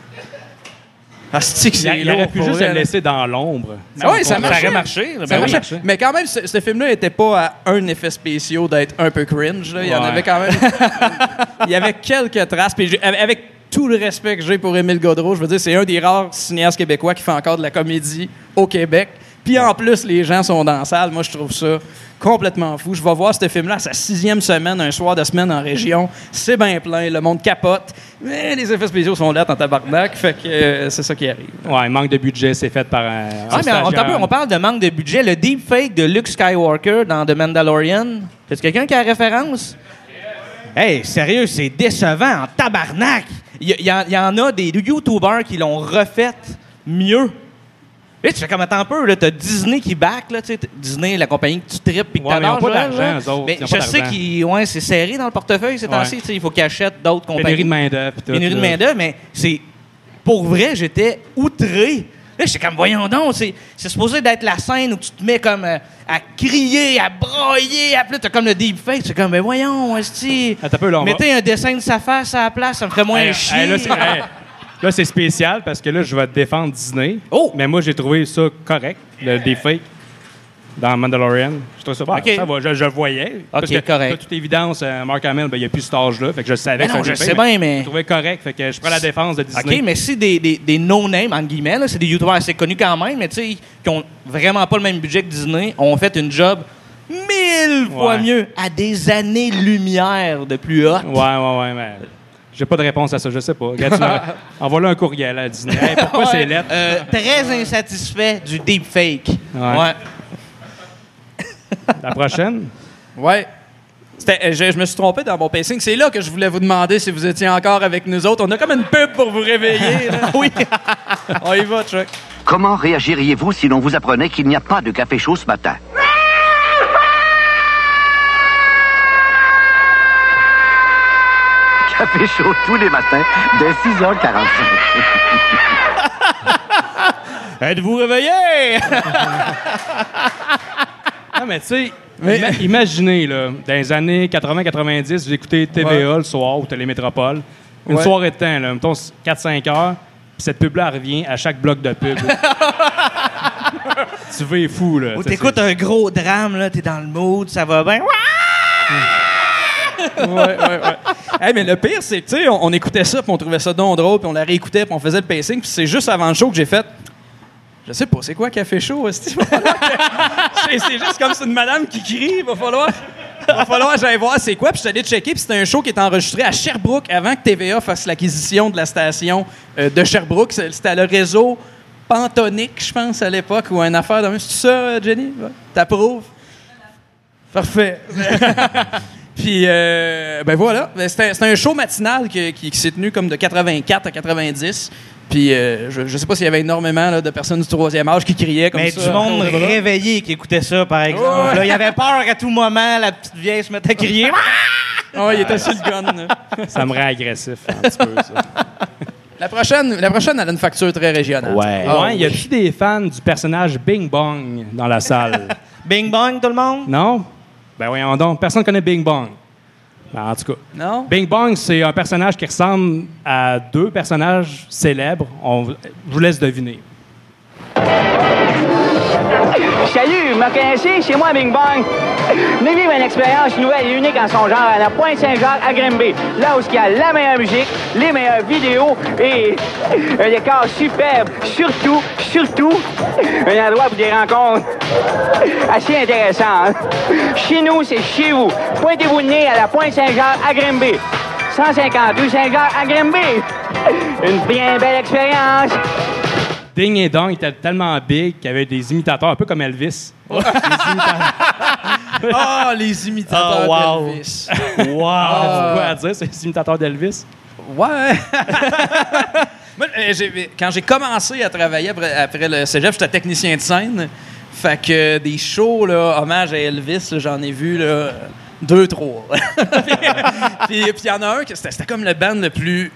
Asti que
Il,
c'est
il aurait
lourd
pu
pour
juste
vrai,
le
là.
laisser dans l'ombre.
Ah oui, ça
aurait
marchait.
marché, là, ben
Ça
oui.
marchait. Mais quand même, ce, ce film-là n'était pas à un effet spéciaux d'être un peu cringe. là. Il y en
Ouais.
avait quand même. Il y avait quelques traces. Puis j'ai- avec- avec tout le respect que j'ai pour Émile Gaudreau, je veux dire, c'est un des rares cinéastes québécois qui fait encore de la comédie au Québec. Puis en plus, les gens sont dans la salle. Moi, je trouve ça complètement fou. Je vais voir ce film-là à sa sixième semaine, un soir de semaine en région. C'est bien plein. Le monde capote. Mais les effets spéciaux sont là, en tabarnak. Fait que euh, c'est ça qui arrive.
Ouais, manque de budget, c'est fait par un.
Ouais,
un
Ah, mais on,
stagiaire.
attends un peu, on parle de manque de budget. Le deepfake de Luke Skywalker dans The Mandalorian. Est-ce quelqu'un qui a la référence? Hey, sérieux, c'est décevant en tabarnak. Il y, a- il y en- il y en a des YouTubers qui l'ont refait mieux. Et tu fais comme attends un peu, là, t'as Disney qui back, là, tu sais, t- Disney, la compagnie que tu tripes puis que
Ouais, mais ils
t'adores,
ont pas
Joël,
d'argent,
là.
eux autres.
Mais
Ils ont
je
pas
sais
d'argent.
qu'ils, ouais, c'est serré dans le portefeuille ces temps-ci,
Ouais.
tu sais, il faut qu'ils achètent d'autres compagnies.
Pénurie de main-d'œuvre. puis tout,
Pénurie de
là.
main-d'œuvre, mais c'est. Pour vrai, j'étais outré. Là, j'étais comme, voyons donc, c'est, c'est supposé d'être la scène où tu te mets comme euh, à crier, à broyer, à plus, t'as comme le deepfake. C'est comme, mais voyons, esti.
Attends un Ah, peu, là, on va-
Mettez un dessin de sa face à la place, ça me ferait moins
Hey,
chier.
hey, là, c'est- hey, là, c'est spécial parce que là, je vais défendre Disney.
Oh!
Mais moi, j'ai trouvé ça correct, le deepfake, dans Mandalorian. Je trouve ça bon.
Ok.
Ça va, je, je le voyais. parce que,
correct.
De toute évidence, euh, Mark Hamill, ben, il n'y a plus cet âge-là. Fait que je savais
Mais
que
non,
c'était
je
un deepfake,
sais bien, mais-
Je trouvais correct. Fait que je prends la défense de Disney.
OK, mais si des, des, des no-names, entre guillemets, là, c'est des YouTubers assez connus quand même, mais tu sais, qui ont vraiment pas le même budget que Disney, ont fait une job mille mille fois
Ouais.
mieux, à des années-lumière de plus haute.
Ouais, ouais, ouais, mais j'ai pas de réponse à ça, je sais pas. Regarde, tu m'as- Envoie-le un courriel à Disney. Hey, pourquoi
Ouais.
c'est lettre?
Euh, très insatisfait du deepfake.
Ouais.
La prochaine? Ouais. C'était- euh, Je, je me suis trompé dans mon pacing. C'est là que je voulais vous demander si vous étiez encore avec nous autres. On a comme une pub pour vous réveiller. oui. On y va, Chuck.
Comment réagiriez-vous si l'on vous apprenait qu'il n'y a pas de café chaud ce matin Café chaud tous les matins dès 6h45.
Êtes-vous réveillé?
Non, mais tu sais, ima- imaginez, là, dans les années 80-90, j'écoutais TVA le soir ou Télémétropole. Une
Ouais.
soirée de temps, là, mettons 4-5 heures, puis cette pub-là elle revient à chaque bloc de pub. tu veux fou, là.
Ou
tu sais,
t'écoutes un gros drame, là, t'es dans le mood, ça va bien.
ouais, ouais, ouais. Hey, mais le pire, c'est que, tu sais, on, on écoutait ça, puis on trouvait ça donc drôle, puis on la réécoutait, puis on faisait le pacing, puis c'est juste avant le show que j'ai fait. Je sais pas, c'est quoi café chaud, esti? Il va falloir que- c'est c'est juste comme c'est une madame qui crie, va falloir. Va falloir que j'aille voir c'est quoi. Puis je suis allé checker, puis c'était un show qui était enregistré à Sherbrooke avant que TVA fasse l'acquisition de la station euh, de Sherbrooke. C'est- C'était le réseau Pantonique, je pense, à l'époque, ou une affaire de C'est ça, euh, Jenny? Ouais. T'approuves? Parfait. Puis, euh, ben voilà. Ben, C'était c'était un show matinal qui, qui- qui s'est tenu comme de 84 à 90. Puis, euh, je, je sais pas s'il y avait énormément là, de personnes du troisième âge qui criaient comme
Mais
ça.
du monde réveillé qui écoutait ça, par exemple.
Ouais.
Là, il avait peur à tout moment, la petite vieille se mettait à crier.
Ah, il était sur le gun. là.
Ça me rend agressif un petit peu, ça.
La prochaine, la prochaine, elle a une facture très régionale.
Ouais.
Ah,
ouais, y a-tu des fans du personnage Bing Bong dans la salle?
Bing Bong, tout le monde?
Non? Ben voyons donc, personne connaît Bing Bong. Ben, en tout cas.
Non?
Bing Bong, c'est un personnage qui ressemble à deux personnages célèbres. On, je vous laisse deviner.
Salut, Mackenzie, c'est moi, Bing Bang. Venez vivre une expérience nouvelle et unique en son genre à la Pointe Saint-Jacques à Grimby. Là où il y a la meilleure musique, les meilleures vidéos et un décor superbe. Surtout, surtout, un endroit pour des rencontres assez intéressantes. Chez nous, c'est chez vous. Pointez-vous le nez à la Pointe Saint-Jacques à Grimby. 152 Saint-Jacques à Grimby. Une bien belle expérience.
Ding et Dong était tellement big qu'il y avait des imitateurs, un peu comme Elvis.
Ah, les imitateurs
Oh, wow.
d'Elvis.
Wow!
Ah.
quoi à dire, c'est les imitateurs d'Elvis?
Ouais. Moi, euh, j'ai- quand j'ai commencé à travailler après, après le cégep, j'étais technicien de scène. Fait que euh, des shows, là, hommage à Elvis, là, j'en ai vu, là, deux, trois. puis puis il y en a un, que c'était c'était comme le band le plus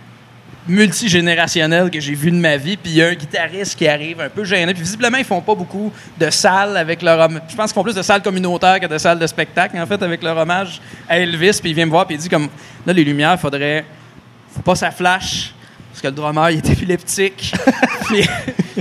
multigénérationnel que j'ai vu de ma vie. Puis il y a un guitariste qui arrive un peu gêné. Puis visiblement, ils font pas beaucoup de salles avec leur hommage. Je pense qu'ils font plus de salles communautaires que de salles de spectacle, en fait, avec leur hommage à Elvis. Puis il vient me voir, puis il dit comme, là, les lumières, faudrait... Faut pas que ça flash. Parce que le drummer, il est épileptique. puis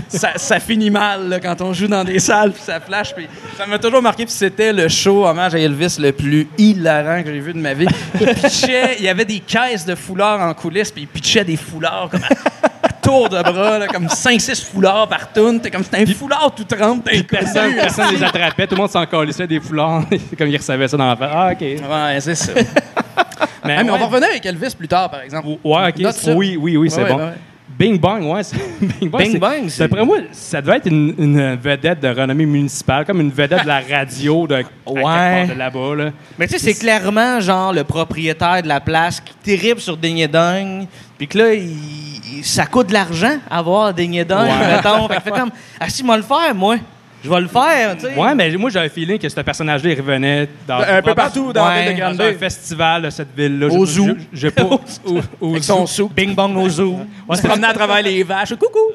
ça, ça finit mal là, quand on joue dans des salles, puis ça flash. Puis ça m'a toujours marqué. Puis c'était le show hommage à Elvis le plus hilarant que j'ai vu de ma vie. Il pitchait, il y avait des caisses de foulards en coulisses, puis il pitchait des foulards comme à, à tour de bras, là, comme 5-6 foulards par toune. T'es comme, c'est un foulard tout trempe, t'es
Personne,
inconnu.
personne les attrapait, tout le monde s'en calissait des foulards, comme ils recevaient ça dans la face. Ah, OK.
Ouais, c'est ça.
mais
Ah, mais on
ouais.
va revenir avec Elvis plus tard, par exemple.
Ouais, ok.
Note ça.
Oui, oui, oui,
Ouais,
c'est
ouais,
bon.
ouais.
Bing Bang, ouais. c'est- Bing Bang,
Bing
c'est-
Bang, c'est-
D'après moi, ça devait être une, une vedette de renommée municipale, comme une vedette de la radio de, à quelque part de là-bas. là.
Mais tu sais, c'est clairement genre le propriétaire de la place qui terrible sur Ding et Dong, puis que là, il- il- ça coûte de l'argent avoir Ding et Dong,
Ouais.
mettons. Fait que fait comme, ah si, moi le faire, moi. Je vais le faire, tu sais.
Ouais, mais moi, j'avais un feeling que ce personnage-là, il revenait dans.
Un peu partout dans la
Ouais,
ville de
dans
Granby.
un festival de cette ville-là.
Au
Je-
zoo.
je- J'ai pas. au, au
Avec son
zoo.
Bing bang au zoo.
On se promenait à travers les vaches. Coucou!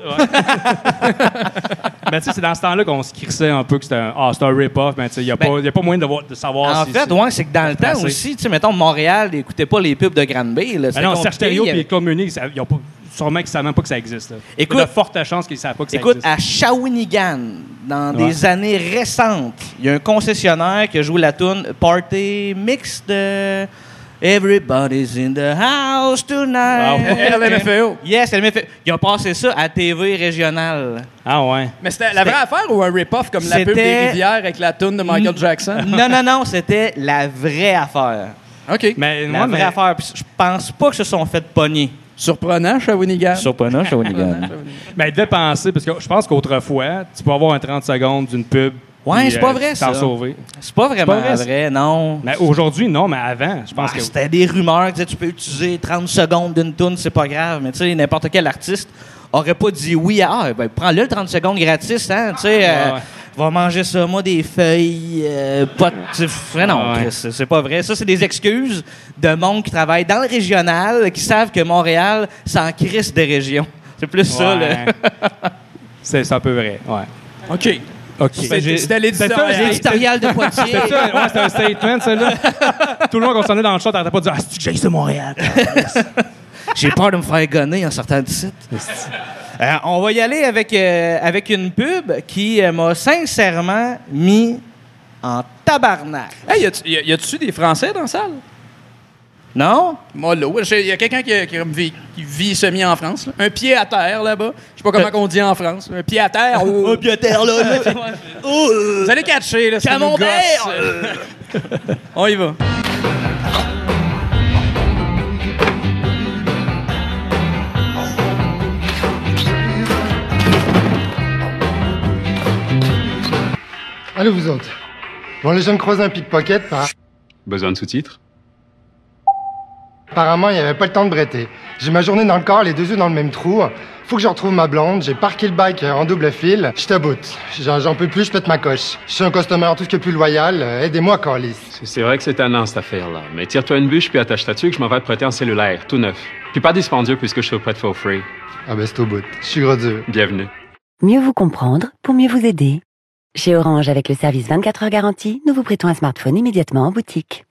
Mais tu sais, c'est dans ce temps-là qu'on se crissait un peu que c'était un, ah, c'est un rip-off, mais tu sais, il n'y a, pas- y a pas moyen de, voir- de savoir
Ben, En
si. Ben
fait, ouais, c'est que dans le temps
placé.
aussi, tu sais, mettons, Montréal n'écoutait pas les pubs de Granby. Là,
Ben
C'était
non,
compliqué,
Serge Thériault
il y
et
avait-
les communistes, ils ont pas, sûrement qu'ils ne savent même pas que ça existe. là.
Écoute-
il y a de fortes chances qu'ils ne savent pas que ça
Écoute,
existe.
à Shawinigan, dans
Ouais.
des années récentes, il y a un concessionnaire qui joue la tune Party Mix de Everybody's in the house tonight.
Wow. LMFAO.
Yes, LMFAO. Ils ont passé ça à TV régionale.
Ah ouais.
Mais c'était la vraie affaire ou un rip-off comme la pub des
C'était-
rivières avec la toune de Michael Jackson?
Non, non, non, c'était la vraie affaire.
OK.
Mais, la vraie affaire. Puis je pense pas que se sont fait pogner.
Surprenant, Shawinigan.
Surprenant, Shawinigan.
Mais elle devait penser, parce que je pense qu'autrefois, tu peux avoir un 30 secondes d'une pub.
Ouais,
puis,
c'est pas
euh,
vrai, ça.
T'en sauver.
C'est pas vraiment vrai,
ça.
non.
Mais aujourd'hui, non, mais avant, je pense
Ah,
que.
C'était des rumeurs, tu, sais, tu peux utiliser 30 secondes d'une tune, c'est pas grave, mais tu sais, n'importe quel artiste aurait pas dit oui à ah, ben, prends-le le 30 secondes gratis, hein, tu sais, euh,
Ah, ouais.
va manger ça, moi, des feuilles, euh, pas de- tu sais, mais non,
Ah ouais.
Chris, c'est c'est pas vrai. Ça, c'est des excuses de monde qui travaille dans le régional, qui savent que Montréal s'en crisse des régions. C'est plus ça, là.
Ouais. c'est c'est un peu vrai, ouais.
OK.
OK. Ben,
C'est-
J'ai-
c'était l'éditorial.
C'était ça,
L'éditorial de Poitiers.
C'était ça, ouais, c'était un statement, celle-là. Tout le long qu'on s'en est dans le chat, t'arrêtais pas de dire Ah, c'est-tu que j'ai de Montréal.
J'ai peur de me faire gonner en sortant du site. Euh, on va y aller avec, euh, avec une pub qui euh, m'a sincèrement mis en tabarnak.
Hey, y a-tu- y a- y a-tu des Français dans la salle?
Non?
Mollo. Je sais, Y a quelqu'un qui, qui vit, qui vit semi en France. là. Un pied à terre là-bas. Je sais pas comment qu'on dit en France. Euh. Un pied à terre. oh.
Un pied à terre, là, là. Oh, euh,
Vous allez catcher, là. c'est
Camembert!
nos gosses. On y va.
Allez, vous autres. Bon, les jeunes croisent un pickpocket, hein? par...
Besoin de sous-titres
apparemment, il n'y avait pas le temps de bretter. J'ai ma journée dans le corps, les deux yeux dans le même trou. Faut que je retrouve ma blonde, j'ai parqué le bike en double fil. Je taboute. J'en j'en peux plus, je pète ma coche. Je suis un customer en tout cas plus loyal. Euh, Aidez-moi, Corliss.
C'est- C'est vrai que c'est tannant, cette affaire-là. Mais tire-toi une bûche puis attache ta dessus que je m'en vais te prêter en cellulaire, tout neuf. Puis pas dispendieux puisque je te le prête for free.
Ah ben, c'est au bout. Je suis gros dur.
Bienvenue.
Mieux vous comprendre pour mieux vous aider. Chez Orange, avec le service 24 heures garantie, nous vous prêtons un smartphone immédiatement en boutique.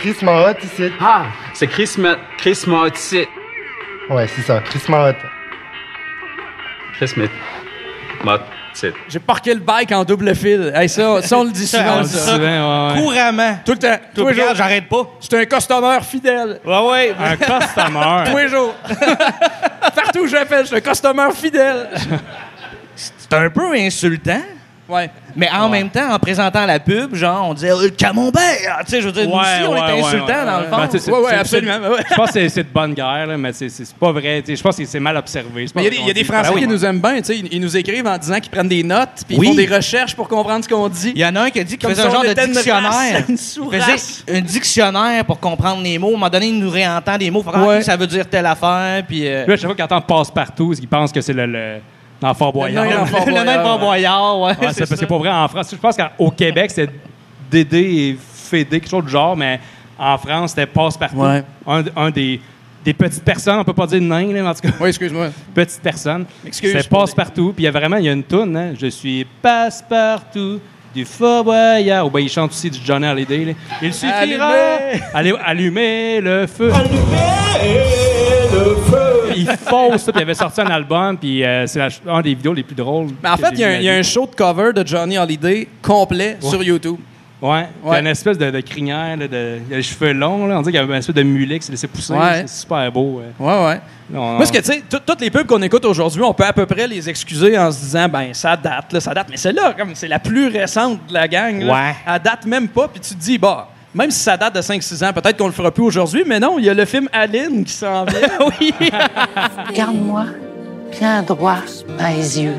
Chris m'a hot ici. Ah!
C'est Chris, Ma... Chris Mahotti.
Ouais, c'est ça, Chris m'a hot.
Chris Smith. Mahotti.
J'ai parqué le bike en double fil. Hey, ça, ça, on le dit
Ça, on
Ah,
souvent.
le dit
ça.
souvent, ouais, ouais. Couramment.
Tout le temps.
Tout
Tous les
le temps,
jours.
j'arrête pas.
C'est un customer fidèle.
Ouais, ouais.
Bah Un
Tous
customer.
les jours. Partout où j'appelle, je suis un customer fidèle.
C'est un peu insultant.
Ouais.
Mais en même temps, en présentant la pub, genre, on disait euh, Camembert! Tu sais, je veux dire, nous aussi, on était insultants, dans le fond.
Ben, tu sais, c'est- c'est- c'est- Je pense que c'est- c'est de bonne guerre, là, mais c'est- c'est c'est pas vrai. tu sais, Je pense que c'est mal observé. C'est pas
Mais il y a des- il y, a des
on dit-
Français
Ah oui.
qui nous aiment bien. tu sais, Ils, ils nous écrivent en disant qu'ils prennent des notes puis
Oui.
ils font des recherches pour comprendre ce qu'on dit.
Il y en a un qui a dit qu'il
Comme
faisait
si
un
on
genre de
était une
dictionnaire.
race, une
Il
sous-race.
faisait un dictionnaire pour comprendre les mots. À un moment donné, il nous réentend des mots. Fait que, ah,
Ouais.
ok, ça veut dire telle affaire. Puis, euh,
Là, à chaque fois qu'ils entendent passe-partout, ils pensent que c'est le. le... Dans Fort Boyard.
Le nain dans Fort Le nain Boyard, dans Fort ouais. Boyard, ouais,
Ouais,
c'est
c'est parce
ça.
que pour vrai, en France, je pense qu'au Québec, c'est Dédé et Fédé, quelque chose du genre, mais en France, c'était passe-partout.
Ouais.
Un, un des, des petites personnes, on peut pas dire nain, là, mais en tout cas.
Oui, excuse-moi.
Petite personne.
M'excuse,
C'est
je pense-
passe-partout. Puis il y a vraiment, il y a une toune, hein, Je suis passe-partout du Fort Boyard. Ou bien il chante aussi du Johnny Hallyday, là. Il suffira.
Allumer.
Allez, allumer le feu. Il fausse, ça, puis il avait sorti un album, puis euh, c'est la ch- un des vidéos les plus drôles.
Mais en
que
fait,
j'ai
il y, a
vu
un-
de
il y a
ma
un
vie.
show de cover de Johnny Hallyday complet
Ouais.
sur YouTube.
Ouais,
Ouais.
ouais. une espèce de, de crinière, là, de, il a les cheveux longs, là. on dirait qu'il y avait une espèce de mulet qui s'est laissé pousser.
Ouais.
C'est super beau. ouais.
Ouais, ouais.
Non,
Moi, ce que tu sais, tout- toutes les pubs qu'on écoute aujourd'hui, on peut à peu près les excuser en se disant, ben ça date, là, ça date. Mais celle-là, comme c'est la plus récente de la gang, là,
Ouais.
elle date même pas. Puis tu te dis, bah, même si ça date de 5-6 ans, peut-être qu'on le fera plus aujourd'hui. Mais non, il y a le film Aline qui s'en vient. oui.
Regarde-moi bien droit dans les yeux.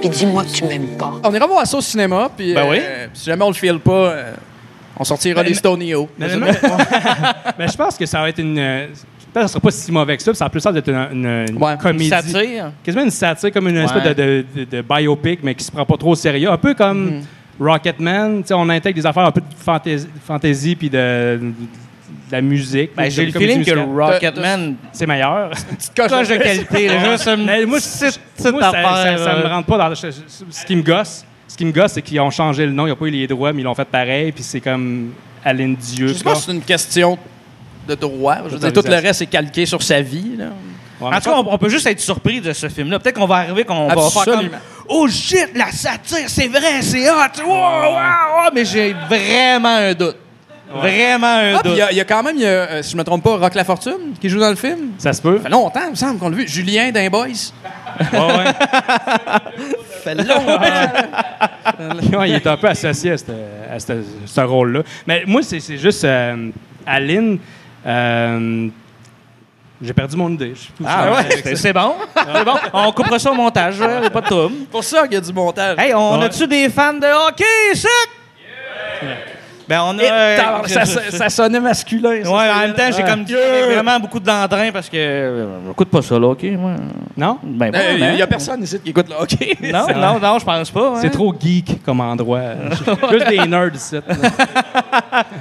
Puis dis-moi que tu m'aimes pas.
On ira voir ça au cinéma. Puis
Ben
euh, si jamais on le file pas, euh, on sortira
Ben,
les
mais-
Stony Yo.
Mais, mais- mais je pense que ça va être une. euh, Peut-être que ça sera pas si mauvais que ça, puis ça a plus l'air d'être une, une- une comédie.
Une satire.
Quasiment une satire, comme une espèce
Ouais.
de, de- de- de biopic, mais qui se prend pas trop au sérieux. Un peu comme
Mm-hmm.
Rocketman, tu sais, on intègre des affaires un peu de fantaisie, fantaisie puis de, de la musique.
Ben,
Comme
j'ai le
comédie
feeling que
musicale.
Rocketman,
C'est meilleur.
coche de qualité. là, juste une
Mais moi,
petite-
Ça,
petite
moi, ça, ça-
affaire,
ça me
là.
rentre pas dans. le- je- je- Ce qui me gosse, ce qui me gosse, c'est qu'ils ont changé le nom, ils n'ont pas eu les droits, mais ils l'ont fait pareil, puis c'est comme Aline Dieu.
Je sais pas si c'est une question de droit. Je veux dire, tout le reste est calqué sur sa vie. Là.
En tout cas, on, on peut juste être surpris de ce film-là. Peut-être qu'on va arriver qu'on va faire
Absolument.
comme Oh shit, la satire, c'est vrai, c'est hot! Wow, wow, wow! Mais j'ai Ah, vraiment un doute. Vraiment un
Ah, puis Il y a- il y, a quand même, il y a, euh, si je me trompe pas, Rock La Fortune qui joue dans le film.
Ça se peut.
Ça fait longtemps, il me semble qu'on l'a vu. Julien d'un Boys.
fait il est un peu associé à, cette- à cette- ce rôle-là. Mais moi, c'est c'est juste euh, Aline. euh, j'ai perdu mon idée. Je sais plus où je
Ah
suis
ouais,
avec ça.
c'est- c'est bon. C'est bon. On coupera ça au montage, euh, pas de trouble.
pour ça qu'il y a du montage.
Hey, on
Ouais.
a-tu des fans de hockey, ça? Ben, on a.
Et-
euh,
tabarnak, ça, ça- ça sonnait masculin. ça,
Ouais, en
c'est-
même temps, j'ai
Ouais.
comme dit vraiment beaucoup d'entrain parce que. euh, Écoute pas ça, là, OK? moi.
Non?
Ben,
Euh, Il
ben,
n'y a personne ici qui écoute le hockey.
Non, non, non, je pense pas. hein.
C'est trop geek comme endroit. Juste des nerds ici.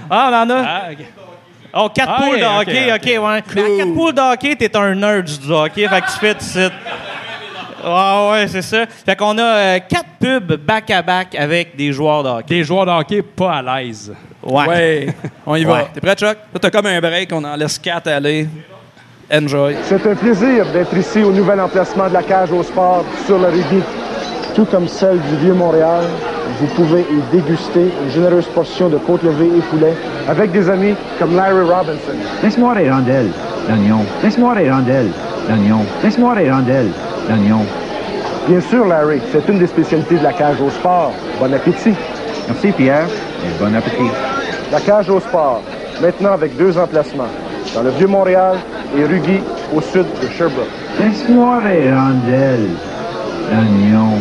Ah, on en a. Oh, quatre
Ah,
poules de
ok,
hockey,
ok,
ok, ouais. Mais à quatre poules de hockey, t'es un nerd du hockey, fait que tu fais tout de suite. Ah ouais, c'est ça. Fait qu'on a euh, quatre pubs back-à-back avec des joueurs de hockey.
Des joueurs de hockey pas à l'aise.
Ouais.
Ouais, on y va.
Ouais.
T'es prêt, Chuck? Là, t'as comme un break, on en laisse quatre aller. Enjoy.
C'est un plaisir d'être ici au nouvel emplacement de la cage au sport sur le rugby. Tout comme celle du Vieux-Montréal, vous pouvez y déguster une généreuse portion de côte levée et poulet avec des amis comme Larry Robinson.
Laisse-moi les rondelles, l'oignon. Laisse-moi les rondelles, l'oignon. Laisse-moi les rondelles, l'oignon.
Bien sûr, Larry, c'est une des spécialités de la cage au sport. Bon appétit.
Merci, Pierre, et bon appétit.
La cage au sport, maintenant avec deux emplacements, dans le Vieux-Montréal et Rugby au sud de Sherbrooke.
Laisse-moi les rondelles, l'oignon.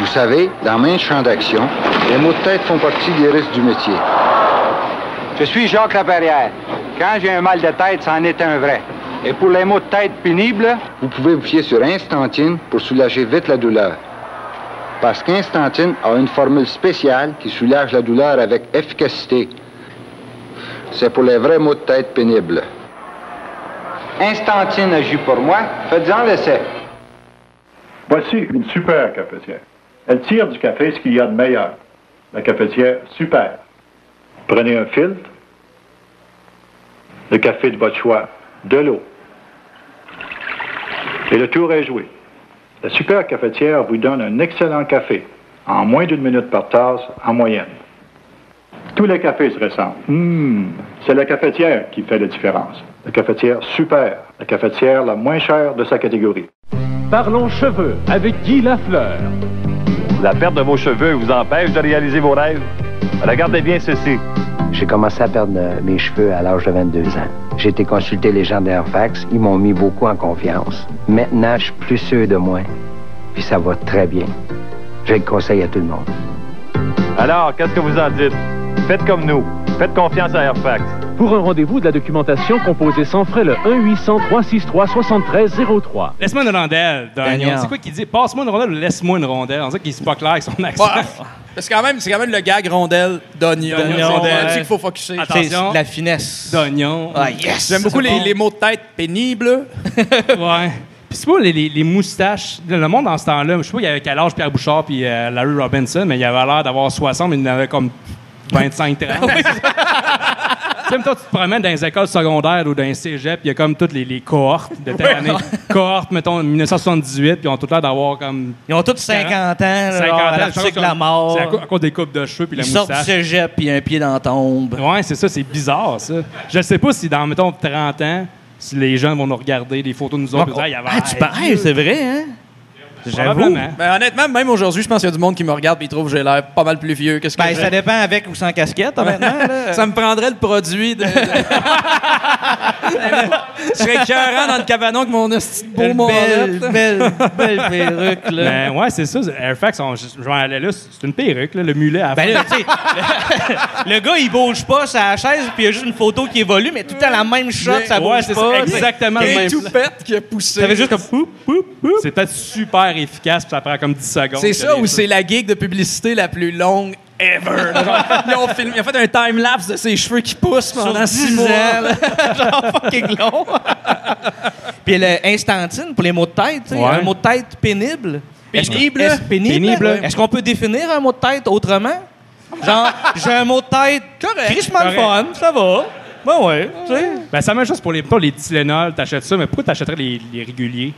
Vous savez, dans mes champs d'action, les mots de tête font partie des risques du métier.
Je suis Jacques Laperrière. Quand j'ai un mal de tête, c'en est un vrai. Et pour les maux de tête pénibles,
Vous pouvez vous fier sur Instantine pour soulager vite la douleur. Parce qu'Instantine a une formule spéciale qui soulage la douleur avec efficacité. C'est pour les vrais maux de tête pénibles.
Instantine agit pour moi. Faites-en l'essai.
Voici une super cafetière. Elle tire du café ce qu'il y a de meilleur. La cafetière super. Prenez un filtre, le café de votre choix, de l'eau. Et le tour est joué. La super cafetière vous donne un excellent café, en moins d'une minute par tasse, en moyenne. Tous les cafés se ressemblent. Hum, c'est la cafetière qui fait la différence. La cafetière super, la cafetière la moins chère de sa catégorie.
Parlons cheveux avec Guy Lafleur. La perte de vos cheveux vous empêche de réaliser vos rêves? Regardez bien ceci.
J'ai commencé à perdre euh, mes cheveux à l'âge de 22 ans. J'ai été consulter les gens d'Airfax. Ils m'ont mis beaucoup en confiance. Maintenant, je suis plus sûr de moi. Puis ça va très bien. Je le conseille à tout le monde.
Alors, qu'est-ce que vous en dites? Faites comme nous. Faites confiance à Airfax. Pour un rendez-vous de la documentation composée sans frais, le 1-800-363-7303.
Laisse-moi une rondelle, Daniel. C'est quoi qu'il dit? Passe-moi une rondelle ou laisse-moi une rondelle? On dirait qu'il n'est pas clair avec son
Bah.
accent.
C'est quand, même- c'est quand même le gag rondelle d'oignon.
D'oignon,
C'est
ouais.
là-dessus qu'il faut focusser.
Attention.
La finesse.
D'oignon.
Ah, yes!
J'aime beaucoup
C'est
les,
bon.
les mots de tête pénibles.
ouais. Puis c'est pas les, les- les moustaches. Le monde dans ce temps-là, je sais pas, il y avait quel âge Pierre Bouchard puis euh, Larry Robinson, mais il avait l'air d'avoir 60, mais il en avait comme 25,
Ah
30. tu sais, toi, tu te promènes dans les écoles secondaires ou dans les cégeps, il y a comme toutes les, les cohortes de telle
Ouais.
année. cohortes, mettons, 1978, puis ils ont tout l'air d'avoir comme.
Ils ont tous 50 ans, là,
50
à la
je
psyche
pense
Ah, de
qu'on-
la mort.
C'est à, cause- à cause des coupes de cheveux puis la
Ils sortent du
moustache.
cégep puis un pied dans la tombe.
Ouais, c'est ça, c'est bizarre, ça. Je sais pas si dans, mettons, 30 ans, si les gens vont nous regarder des photos de nous autres, puis dire, il y avait
Ah, tu parles, hey, c'est vrai, hein? J'avoue.
Ben, honnêtement, même aujourd'hui, je pense qu'il y a du monde qui me regarde et trouve que j'ai l'air pas mal plus vieux. Qu'est-ce que
Ben,
j'ai?
ça dépend avec ou sans casquette, hein, maintenant. là.
Ça me prendrait le produit de. de- je serais écœurant dans le cabanon avec mon hostie de beau
Une belle,
molette.
belle, belle perruque, là.
Ben ouais, c'est ça. Airfax, on- je je m'en allais là, c'est une perruque, là, le mulet à la
Ben
fin.
là, tu sais, le, le gars, il bouge pas sa chaise, puis il y a juste une photo qui évolue, mais tout le temps la même shot, ça
Ouais,
bouge
c'est
pas.
exactement le
Et
même
tout
plan.
Pète qui a poussé.
Ça fait juste comme poup, poup, poup. C'est peut-être super efficace, puis ça prend comme 10 secondes.
C'est ça ou
ou
c'est la gig de publicité la plus longue ever? là. Genre, Ils ont, filmé, ils ont fait un time-lapse de ses cheveux qui poussent pendant
Sur
6
10
mois.
ans, là. genre fucking long. Puis le instantine pour les mots de tête, tu sais,
Ouais.
un mot de tête pénible. Est-ce que-
Pénible.
est-ce- pénible.
Pénible.
Est-ce qu'on peut définir un mot de tête autrement? Genre, j'ai un mot de tête richement le fun,
Correct.
ça va. Ben ouais, tu sais.
Ben, c'est la même chose pour les, mettons, les Tylenol, t'achètes ça, mais pourquoi t'achèterais les, les réguliers?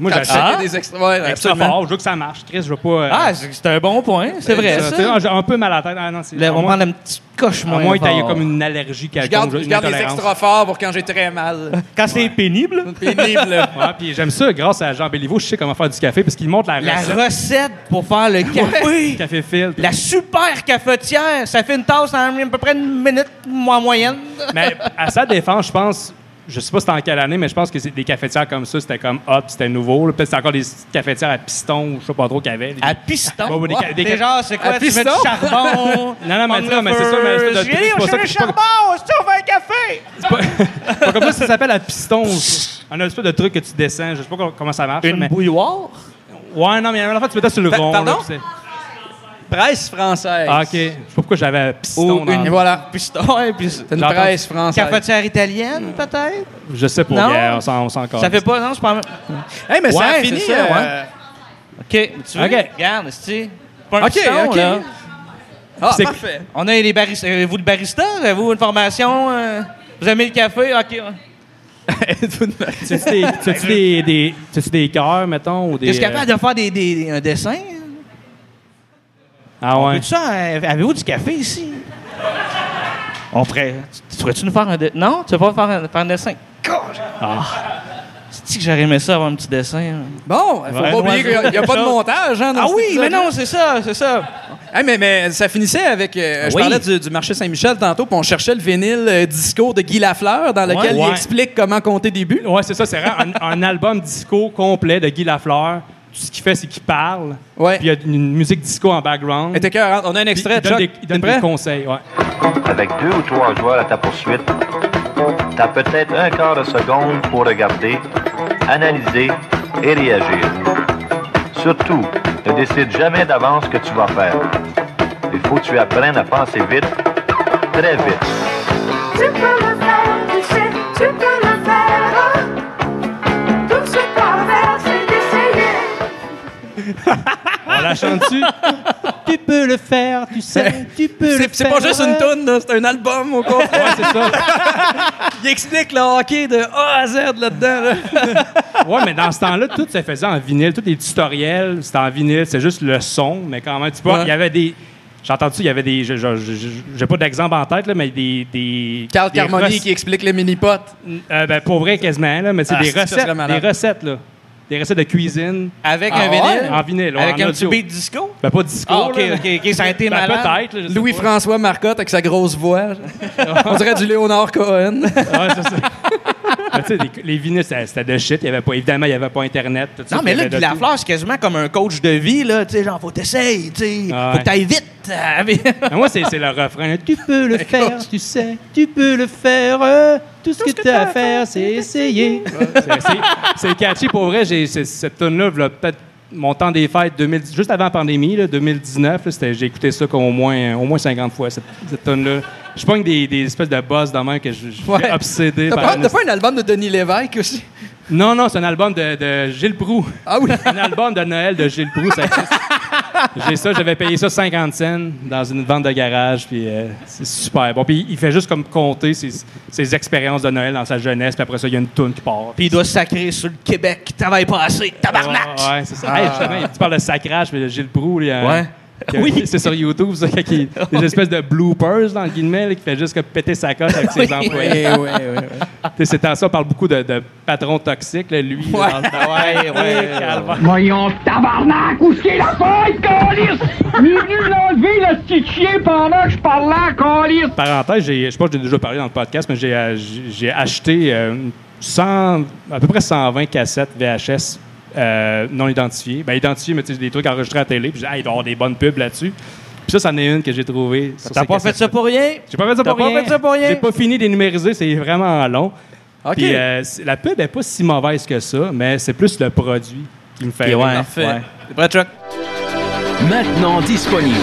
Moi,
Quand tu
j'achète.
sais qu'il y a des extra- ouais,
extra
absolument.
fort, je veux que ça marche. Chris, je veux pas. euh,
Ah, c'est c'est un bon point, c'est vrai.
ça,
ça.
tu sais, J'ai un peu mal à la tête. Ah, non, c'est-
Là,
à
on
moins-
prend une petite coche
À
moins.
moins que t'aies
fort.
comme une allergie
Je
quelconque.
garde, je
une
garde les
intolérance.
extra forts pour quand j'ai très mal.
Quand c'est pénible.
Pénible.
Ouais, puis j'aime ça, grâce à Jean Béliveau, je sais comment faire du café parce qu'il montre la,
La
recette.
recette pour faire le café.
Café filtre.
La super cafetière, ça fait une tasse en à peu près une minute en moyenne.
Mais à sa défense, je pense, je sais pas c'était en quelle année, mais je pense que c'est des cafetières comme ça, c'était comme hop, c'était nouveau. là. Peut-être c'est encore des cafetières à piston, ou je sais pas trop qu'il y avait. À
piston? C'est genre, c'est quoi, tu mets du charbon,
non, non, mais,
on
non, mais
le
c'est ça, mais c'est de-
J'ai dit,
c'est
on
pas ça
cherche le
que- c'est
charbon,
pas-
on se trouve un café.
c'est pas comme ça, ça s'appelle à piston. ça. On a une espèce de truc que tu descends, je sais pas com- comment ça marche.
Une bouilloire?
Ouais, non, mais en fait, tu mettais sur le
Pa-
rond.
pardon?
là, puis c'est-
Presse française.
Ah, OK. Je sais pas pourquoi j'avais piston.
Ou une-
dans-
voilà.
Piston, et puis
une
J'entends-
presse française.
Cafetière
Hmm.
italienne, peut-être?
Je sais pas,
Non.
gars, on s'en- on s'en encore.
Ça fait pas, non, c'est pas...
Hey, mais ça a
Ouais,
fini,
c'est ça,
euh,
OK, tu veux?
OK.
Regarde, c'est... Pas un
OK,
piston,
OK.
là.
Ah,
C'est-
parfait.
On a les baristas. Avez-vous le barista? Avez-vous une formation? euh, Vous aimez le café? OK.
Tu as-tu des, t'as-tu des, des, t'as-tu des cœurs, mettons, ou des...
Est-ce capable de faire des, des- des- un dessin?
Ah ouais.
Peux-tu ça, euh, Avez-vous du café ici? On pourrait... Tu pourrais-tu nous faire un dessin? Non? Tu veux pas faire un, faire un dessin? Ah. cest que j'aurais aimé ça avoir un petit dessin? hein?
Bon, il faut
Ouais.
pas oublier qu'il n'y a, pas de montage. Hein, dans
Ah
cet
oui, mais
épisode-là.
non, c'est ça, c'est ça.
Hey, mais, mais ça finissait avec. euh, Je
Oui.
parlais du, du marché Saint-Michel tantôt, puis on cherchait le vinyle euh, disco de Guy Lafleur, dans lequel
Ouais.
il
Ouais.
explique comment compter des buts.
Ouais, c'est ça, c'est vraiment un, un album disco complet de Guy Lafleur. Tout ce qu'il fait, c'est qu'il parle. Puis il y a une, une musique disco en background.
Et t'es cœur, on a un
Puis
extrait,
il donne
Chuck.
des, il donne
T'es prêt?
des conseils, ouais.
Avec deux ou trois joueurs à ta poursuite, tu as peut-être un quart de seconde pour regarder, analyser et réagir. Surtout, ne décide jamais d'avance ce que tu vas faire. Il faut que tu apprennes à penser vite, très vite.
Tu peux le faire, tu sais, tu peux le faire. Tout ce qu'on fait, c'est d'essayer.
On la chante-tu? tu peux le faire, tu sais, tu peux
C'est c'est pas juste une toune, là, c'est un album au complet.
Ouais, c'est ça.
Il explique le hockey de A à Z là-dedans. là.
Ouais, mais dans ce temps-là, tout se faisait en vinyle. Tous les tutoriels, c'était en vinyle. C'est juste le son, mais quand même, tu vois,
Ouais.
il y avait des... J'ai entendu, il y avait des... je- je- je- je- J'ai pas d'exemple en tête, là, mais des... des
Carl
des
Carmoni
recettes.
qui explique les mini-potes.
Euh, ben, pour vrai, quasiment, là, mais c'est
Ah,
des
c'est- ça
recettes.
serait malade.
Des recettes, là. Des recettes de cuisine.
Avec
Ah
un
ouais?
vinyle?
En vinyle, ouais,
Avec
en
un petit
audio.
beat disco?
Ben, pas disco.
Ah, ok,
là.
ok, ok, ça a été
Ben,
malade.
Peut-être. là, je sais pas.
Louis-François Marcotte avec sa grosse voix. on dirait du Léonard Cohen.
Ouais, c'est ça. Mais Ben, tu sais, les, les vinyles, ça- c'était de shit. Il y avait pas, évidemment, il n'y avait pas Internet. tout ça,
Non, mais
il y
là,
avait
Guy
de tout.
Lafleur, c'est quasiment comme un coach de vie, là. Tu sais, genre, faut t'essayer, tu sais. Faut
Ah ouais.
que t'ailles vite. Ah, mais-
Mais moi, c'est c'est le refrain. là. Tu peux le faire, tu sais. Tu peux le faire. euh, tout ce que, tu as à faire, c'est essayer. C'est- c'est- C'est catchy. Pour vrai, j'ai c'est- cette tune-là, v'là peut-être mon temps des fêtes, 2010 juste avant la pandémie, là, 2019, là, c'était- j'ai écouté ça comme au moins, au moins 50 fois, cette, cette tune-là. Je pogne des, des espèces de buzz de main que je je suis
Ouais.
obsédé
Ah, T'as
par
pas,
une
t'as pas un album de Denis Lévesque aussi?
Non, non, c'est un album de, de Gilles Proux.
Ah oui?
un album de Noël de Gilles Proux, ça existe. J'ai ça, j'avais payé ça 50 cents dans une vente de garage, puis euh, c'est super bon. Puis il fait juste comme compter ses, ses expériences de Noël dans sa jeunesse, puis après ça, il y a une toune qui part.
Puis il doit se sacrer sur le Québec qui travaille pas assez. Ah, Tabarnak! Ah.
Ouais, ouais, c'est ça. Hey, justement, tu parles de sacrage, mais de Gilles Proux, là, euh,
Ouais.
que-
Oui.
C'est sur YouTube, ça, quand il- des espèces de bloopers, dans le guillemets, là, qui fait juste comme péter sa coche avec ses
Oui.
employés.
Oui, oui, oui, oui.
Tu sais, Ces temps-ci, on parle beaucoup de, de patrons toxiques, là, lui.
Ouais.
dans le-
Ah, Ouais, ouais.
Calvaire.
Voyons, tabarnak, où est-ce qu'il est la feuille, calice? Il est venu l'enlever, le petit chien, pendant que je parlais, calice!
Parenthèse, j'ai- je pense que j'ai déjà parlé dans le podcast, mais j'ai, euh, j'ai- j'ai acheté euh, 100, à peu près 120 cassettes VHS euh, non identifiées. Ben, identifiées, mais tu sais, des trucs enregistrés à la télé. Puis j'ai dit, Ah, il doit y avoir des bonnes pubs là-dessus. Puis ça, c'en est une que j'ai trouvée. sur
T'as
ces
pas fait ça
cassettes-là.
pour rien?
J'ai pas fait ça
T'as
pour
pas
rien.
fait ça pour rien?
J'ai pas fini de les numériser, c'est vraiment long.
OK.
Puis euh, c'est- la pub est pas si mauvaise que ça, mais c'est plus le produit qui me fait
Ok,
rire.
ouais, parfait. C'est prêt, Chuck?
Maintenant disponible.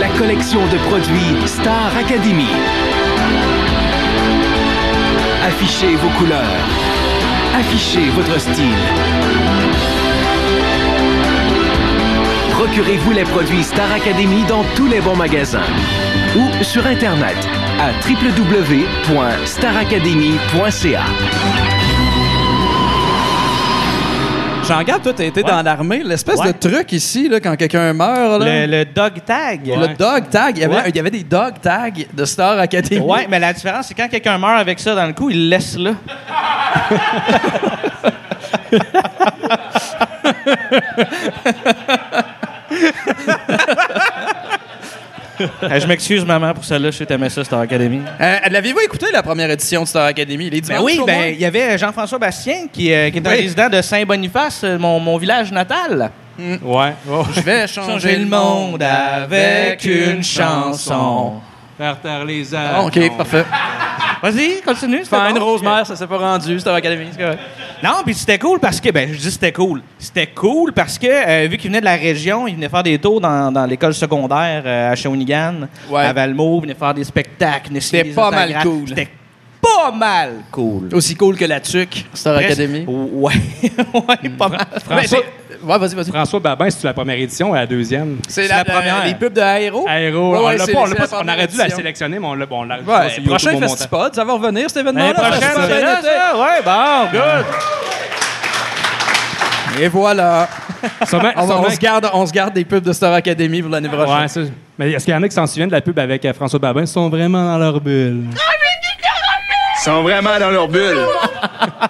La collection de produits Star Academy. Affichez vos couleurs. Affichez votre style. Procurez-vous les produits Star Academy dans tous les bons magasins ou sur Internet à www.staracademy.ca.
Jean-Gab, toi, t'as été
Ouais.
dans l'armée. L'espèce
Ouais.
de truc ici, là, quand quelqu'un meurt. Là,
Le, le dog tag.
Le dog tag. Il y, avait,
Ouais.
il y avait des dog tags de Star Academy.
Ouais, mais la différence, c'est quand quelqu'un meurt avec ça dans le cou, il le laisse là. Euh, Je m'excuse, maman, pour celle-là. Je sais que t'aimais ça, Star Academy.
Euh, L'aviez-vous écouté, la première édition de Star Academy? Les
Ben
dimanches,
oui,
au moins?
ben, il y avait Jean-François Bastien, qui, euh, qui est un
Oui.
résident de Saint-Boniface, euh, mon, mon village natal.
Ouais.
Je vais changer, le monde avec une chanson.
Faire taire les ailes.
Ah, OK, parfait.
Vas-y, continue. c'est
Fine,
bon.
Rosemère, ça s'est pas rendu, Star Academy, c'est correct.
Non, puis c'était cool parce que, ben, je dis c'était cool. C'était cool parce que, euh, vu qu'il venait de la région, il venait faire des tours dans, dans l'école secondaire euh, à Shawinigan, à Valmo, il venait faire des spectacles. il venait signer
C'était
des
pas mal
autographes.
cool.
C'était pas mal cool.
Aussi cool que la tuque, Star
Presque.
Academy.
Ouais, ouais,
Hmm.
pas mal. Ben,
François,
Ben, ouais, vas-y, vas-y.
François Babin, c'est la première édition ou la deuxième?
C'est la, première. Les pubs de Aéro.
Aéro, on l'a pas, on l'a pas- on aurait dû la
sélectionner.
sélectionner, mais on l'a. Bon, on l'a- on l'a
Ouais,
essayé au
prochain
tout bon montant.
Festipod, ça va revenir cet événement-là.
L'année prochaine,
Ça va
c'est
bien
là,
été.
ça, ouais, bon, good.
Et voilà.
Sûrement-
on, va- on
sûrement-
se garde, on se garde des pubs de Star Academy pour l'année prochaine.
Ouais, ça- mais est-ce qu'il y en a qui s'en souviennent de la pub avec euh, François Babin? Ils sont vraiment dans leur bulle.
sont vraiment dans leur bulle.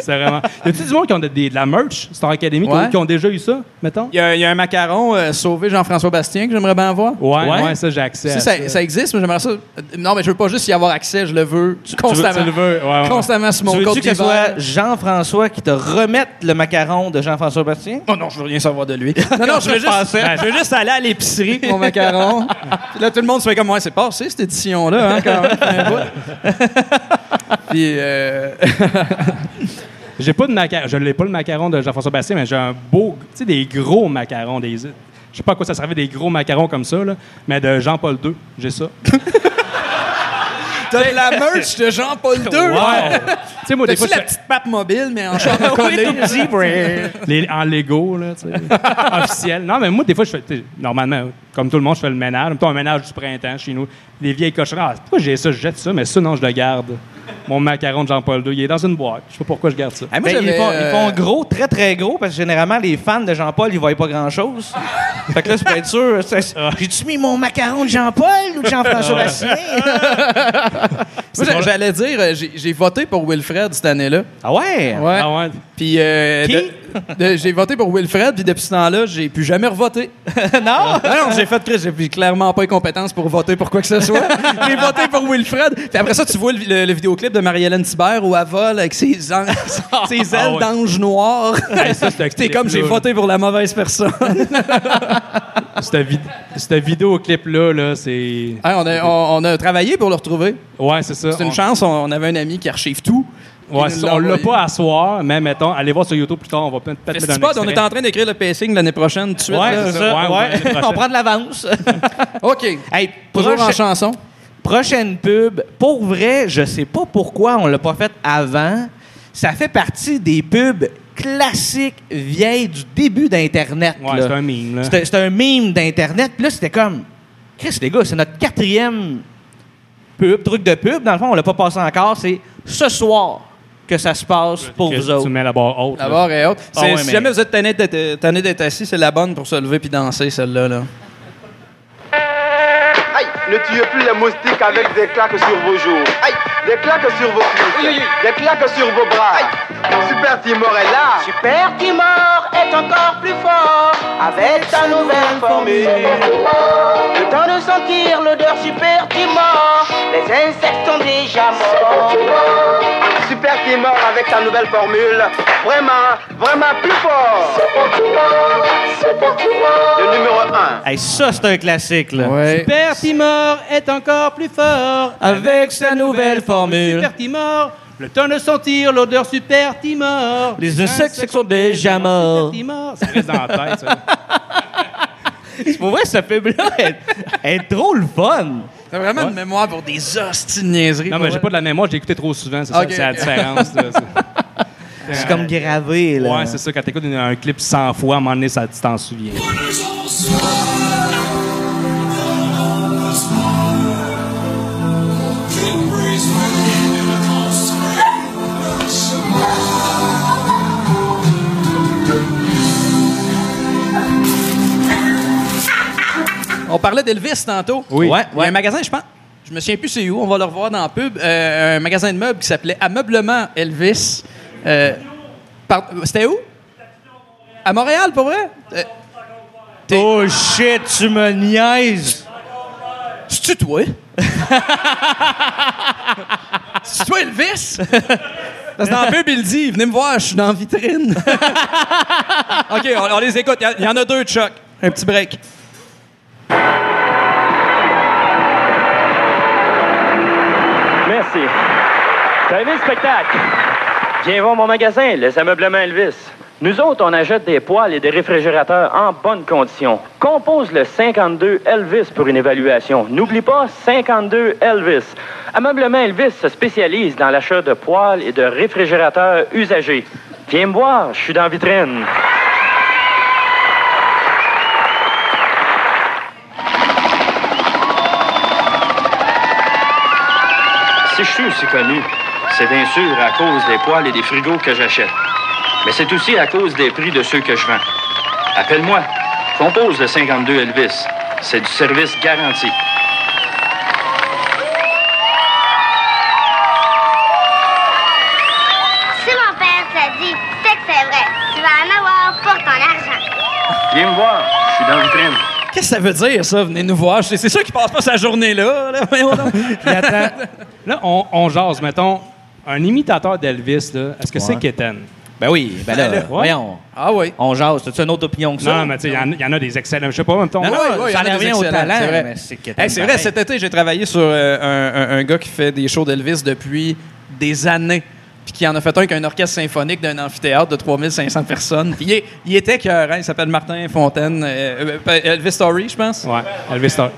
C'est vraiment. Y a-tu du monde qui ont de, des- de la merch Star Academy qui ont-
Ouais.
qui ont déjà eu ça, mettons?
Il y, a, il y a un macaron euh, sauvé Jean-François Bastien que j'aimerais bien avoir.
Ouais, ouais, ça, j'ai accès
Ça,
à
ça,
ça.
ça existe, mais j'aimerais ça. euh, Non, mais je veux pas juste y avoir accès, je le veux constamment.
tu le veux, Ah, ouais, ouais.
Constamment sur mon
tu
compte
veux-tu que ce
d'hiver.
soit Jean-François qui te remette le macaron de Jean-François Bastien?
Oh non, je veux rien savoir de lui. Non, non, je veux
Je
juste,
pensais.
je veux juste aller à l'épicerie pour mon macaron. Puis là, tout le monde se fait comme, ouais, c'est passé cette édition-là, hein, quand même. Un bout. Puis, euh,
J'ai pas de macaron. Je l'ai pas le macaron de Jean-François Bastien, mais j'ai un beau. Tu sais, des gros macarons. Des... Je sais pas à quoi ça servait des gros macarons comme ça, là, mais de Jean-Paul II, j'ai ça.
t'as de la merch de Jean-Paul II.
Wow. Tu sais, moi, des
T'as-tu
fois,
la
je-
petite pape mobile, mais en char
Oui,
collé?
tout petit, ouais. Les- en Lego, là, tu sais. officiel. Non, mais moi, des fois, je fais. tu sais, Normalement, comme tout le monde, je fais le ménage. Mettons, un ménage du printemps chez nous. Les vieilles cochonneries. Ah, pourquoi j'ai ça, je jette ça, mais ça, non, je le garde. Mon macaron de Jean-Paul II, il est dans une boîte. Je sais pas pourquoi je garde ça.
Ben, ils, font, ils font gros, très très gros, parce que généralement, les fans de Jean-Paul, ils voient pas grand-chose. fait que là, c'est pour être sûr, c'est- j'ai-tu mis mon macaron de Jean-Paul ou de Jean-François
Ouais.
Bastien?
Moi, j'a- j'allais dire, euh, j'ai j'ai voté pour Wilfred cette année-là.
Ah ouais?
Ouais. Puis, euh,
Qui?
de- de- j'ai voté pour Wilfred, puis depuis ce temps-là, j'ai plus jamais revoté.
non?
Ah non, j'ai fait Chris, j'ai plus clairement pas les compétences pour voter pour quoi que ce soit. j'ai voté pour Wilfred. Puis après ça, tu vois le, vi- le- le vidéoclip de Marie-Hélène Thibert où elle vole avec ses, an- ses ailes
Ah ouais.
d'ange noir.
Hey, ça, c'est un
T'es
clip,
comme,
là,
j'ai
là.
voté pour la mauvaise personne.
Cette, vid- cette vidéoclip-là, là, c'est.
Hey, on, a, on- on a travaillé pour le retrouver.
Ouais, c'est ça.
C'est une
On-
chance, on, on avait un ami qui archive tout.
Ouais,
Il nous
ça, on l'a
envoyé.
pas à soir, mais mettons, allez voir sur YouTube plus tard, on va peut-être mettre un
Festipod, on est
extrait.
en train d'écrire le pacing l'année prochaine, tout de suite.
Ouais,
là.
c'est ça.
ouais,
Ouais.
l'année prochaine.
On prend de l'avance.
OK.
Hey,
Toujours en
prochain-
chanson.
Prochaine pub. Pour vrai, je sais pas pourquoi on l'a pas faite avant. Ça fait partie des pubs classiques vieilles du début d'Internet.
Ouais,
là.
c'est un meme, là.
C'était c'était un meme d'Internet. Puis là, c'était comme... Chris, les gars, c'est notre quatrième pub, truc de pub. Dans le fond, on l'a pas passé encore. C'est ce soir que ça se passe pour
Que
vous autres.
Tu mets la barre haute.
La
là.
barre est haute.
Ah
C'est-
ouais,
si
mais-
jamais vous êtes tanné d'être euh, tanné d'être assis, c'est la bonne pour se lever puis danser, celle-là. Là.
Aïe, ne tuez plus les moustiques avec des claques sur vos joues. Aïe, des claques sur vos cuisses. Des claques sur vos bras. Aïe. Super Timor est là.
Super Timor est encore plus fort avec sa nouvelle formule. Le temps de sentir l'odeur Super Timor, les insectes sont déjà morts.
Super Timor avec sa nouvelle formule. Vraiment, vraiment plus fort. Super Timor, Super Timor. Le numéro 1.
Hey, ça, c'est un classique. Là.
Super
Timor est encore plus fort
Hein?
avec sa nouvelle formule.
Super Timor, le temps de sentir l'odeur Super Timor.
Les insectes sont déjà morts.
Timor, ça reste dans la tête. ça.
C'est Pour vrai, cette pub-là elle- elle est trop le fun.
C'est vraiment une mémoire pour des hosties de niaiseries.
Non, mais j'ai pas de la mémoire, je l'ai écouté trop souvent, c'est ça,
Ok.
c'est la différence. là, c'est-
C'est comme gravé, là.
Ouais, c'est ça, quand t'écoutes une- un clip 100 fois, à un moment donné, ça, tu t'en souviens.
on parlait d'Elvis tantôt.
Oui. Ouais,
Il y a un magasin, je pense. Je me souviens plus c'est où. On va le revoir dans la pub. Euh, un magasin de meubles qui s'appelait Ameublement Elvis. Euh, par- C'était où? À Montréal, pour vrai? Euh,
Oh shit, tu me niaises!
C'est-tu toi? C'est toi Elvis? Parce que dans la pub, il dit, venez me voir, je suis dans la vitrine. OK, on, on les écoute. Il y a- Il y, en a deux, Chuck. Un petit break.
Merci. T'as aimé le spectacle? Viens voir mon magasin, les ameublements Elvis. Nous autres, on achète des poêles et des réfrigérateurs en bonne condition. Compose le 52 Elvis pour une évaluation. N'oublie pas 52 Elvis. Ameublement Elvis se spécialise dans l'achat de poêles et de réfrigérateurs usagés. Viens me voir, je suis dans la vitrine.
Si je suis aussi connu, c'est bien sûr à cause des poêles et des frigos que j'achète. Mais c'est aussi à cause des prix de ceux que je vends. Appelle-moi. Compose le 52 Elvis. C'est du service garanti.
Si mon père te l'a dit, c'est que c'est vrai. Tu vas en avoir pour ton argent.
Viens me voir, je suis dans la vitrine.
Qu'est-ce que ça veut dire, ça, venez nous voir? C'est c'est sûr qu'il passe pas sa journée là. là. Voyons donc.
Puis attends, là, on, on jase, mettons, un imitateur d'Elvis, là, est-ce que c'est
Ouais.
Kéten?
Ben oui, ben là,
Ouais.
voyons.
Ah oui.
On jase. T'as-tu une autre opinion que ça?
Non, mais tu sais, il y en- il y, en a des excellents. Je sais pas, en même temps.
Ah
Non, non,
ouais,
ouais,
ouais,
ça
il y en a
revient
des
au
excellents,
talent,
c'est vrai.
mais c'est Kéten
Hey, c'est vrai,
pareil.
cet été, j'ai travaillé sur euh, un, un- un gars qui fait des shows d'Elvis depuis des années. Puis qui en a fait un avec un orchestre symphonique d'un amphithéâtre de 3500 personnes. Puis il, est- il était cœur, hein, il s'appelle Martin Fontaine. euh, euh, Elvis Story, je pense.
Ouais, Elvis Story.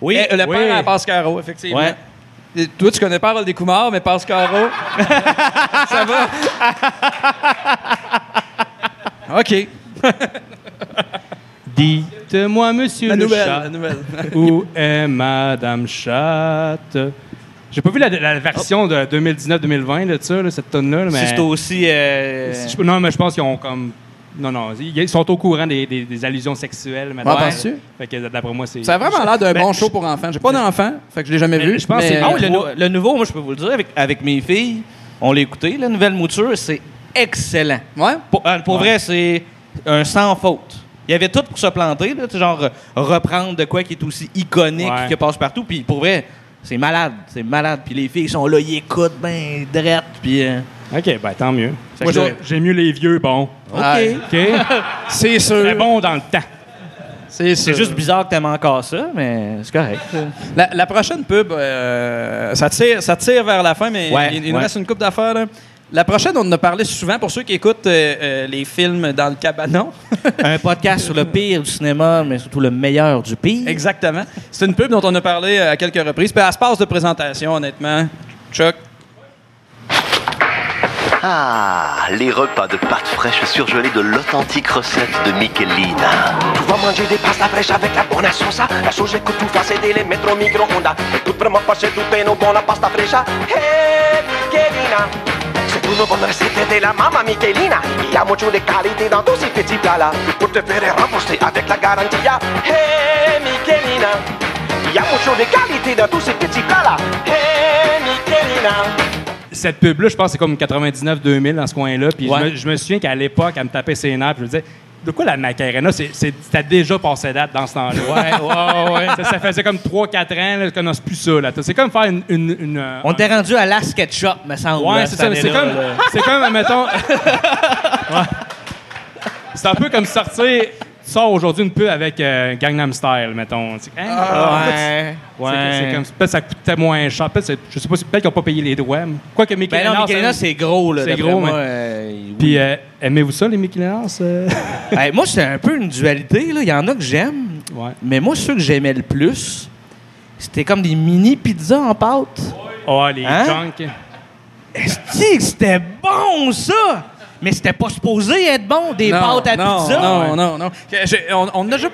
Oui. Eh, le
oui.
père à Pascaro, effectivement.
Ouais.
Et Toi, tu connais Parole des Coumards, mais Pascaro. ça va? OK.
Dites-moi, monsieur
La
le
nouvelle,
chat,
la nouvelle.
où est Madame Chatte? J'ai pas vu la, la version de 2019-2020 de ça, là, cette tonne-là. là,
Si
mais...
c'est aussi. euh,
Je- Non, mais je pense qu'ils ont comme. Non, non, ils ils sont au courant des, des- des allusions sexuelles maintenant.
Ouais, penses-tu?
Fait que d'après moi, c'est.
Ça a vraiment l'air d'un
Ben,
bon show pour enfants. J'ai pas d'enfant, fait que je l'ai jamais vu.
Je pense que
mais-
c'est Ah oui, le, nou- le nouveau, moi, je peux vous le dire, avec, avec mes filles, on l'a écouté, la nouvelle mouture, c'est excellent.
Ouais?
Pour, euh, pour vrai, c'est un sans faute. Il y avait tout pour se planter, là, tu sais, genre euh, reprendre de quoi qui est aussi iconique,
Ouais.
que passe partout, puis pour vrai, c'est malade, c'est malade. Puis les filles sont là, ils écoutent, ben, drette, puis... euh,
Ok, ben tant mieux.
Ça
Moi,
fait-
j'ai- j'aime mieux les vieux, bon.
Ah,
c'est sûr.
C'est bon dans le temps.
C'est
C'est juste bizarre que t'aimes encore ça, mais c'est correct.
La, la prochaine pub, euh, ça, tire, ça tire vers la fin, mais
Ouais,
il, il nous
ouais.
reste une coupe d'affaires. là. La prochaine, on en a parlé souvent pour ceux qui écoutent euh, euh, les films dans le cabanon.
un podcast sur le pire du cinéma, mais surtout le meilleur du pire.
Exactement. C'est une pub dont on a parlé euh, à quelques reprises. Puis elle se passe de présentation, honnêtement. Chuck.
Ah, les repas de pâtes fraîches surgelées de l'authentique recette de Michelina.
Tu vas manger des pastes fraîches avec la bonne sauce. hein. La chose que tu fais, c'est de les mettre au micro-ondes. Et tout vraiment passer du pain au bon la pasta fraîche. hein. Hey, Michelina. C'est une bonne recette de la maman Michelina. Il y a beaucoup de qualité dans tous ces petits plats-là. Pour te faire rembourser avec la garantie. Hey, Michelina. Il y a beaucoup de qualité dans tous ces petits plats-là. Hey, Michelina.
Cette pub-là, je pense que c'est comme 99-2000 dans ce coin-là. Puis
Ouais.
je, me, je me souviens qu'à l'époque, elle me tapait ses nerfs. puis je me disais, de quoi la Macarena, c'est- c'est- c'était déjà passé date dans ce temps-là.
Ouais, ouais, ouais.
ça, ça faisait comme 3-4 ans là, qu'on n'a plus ça. là. C'est comme faire une. une- une, euh,
On était rendu à la SketchUp, me semble.
Ouais,
là,
c'est
cette
ça. mais C'est
année-là,
comme,
là.
c'est comme, mettons. Ouais. C'est un peu comme sortir. Tu sors aujourd'hui une pub avec euh, Gangnam Style, mettons. Tu sais, hein?
Ah,
C'est-
ouais,
c'est-
ouais.
c'est comme- Peut-être que ça coûtait moins cher. Peut-être c'est- je sais pas si peut-être qu'ils n'ont pas payé les droits. mais- Quoique
Ben
Michelin.
non, Michelina, c'est gros, là.
C'est
d'après
gros,
moi,
mais-
euh, oui.
Puis, euh, aimez-vous ça, les euh? Michelin?
Hey, moi, c'est un peu une dualité, là. Il y en a que j'aime. Mais moi, ceux que j'aimais le plus, c'était comme des mini pizzas en pâte.
Oh, les
Hein?
junk.
Esti que c'était bon, ça! Mais c'était pas supposé être bon, des
Non,
pâtes à
non,
pizza.
Non, non, non. Que j'ai- on, on a déjà.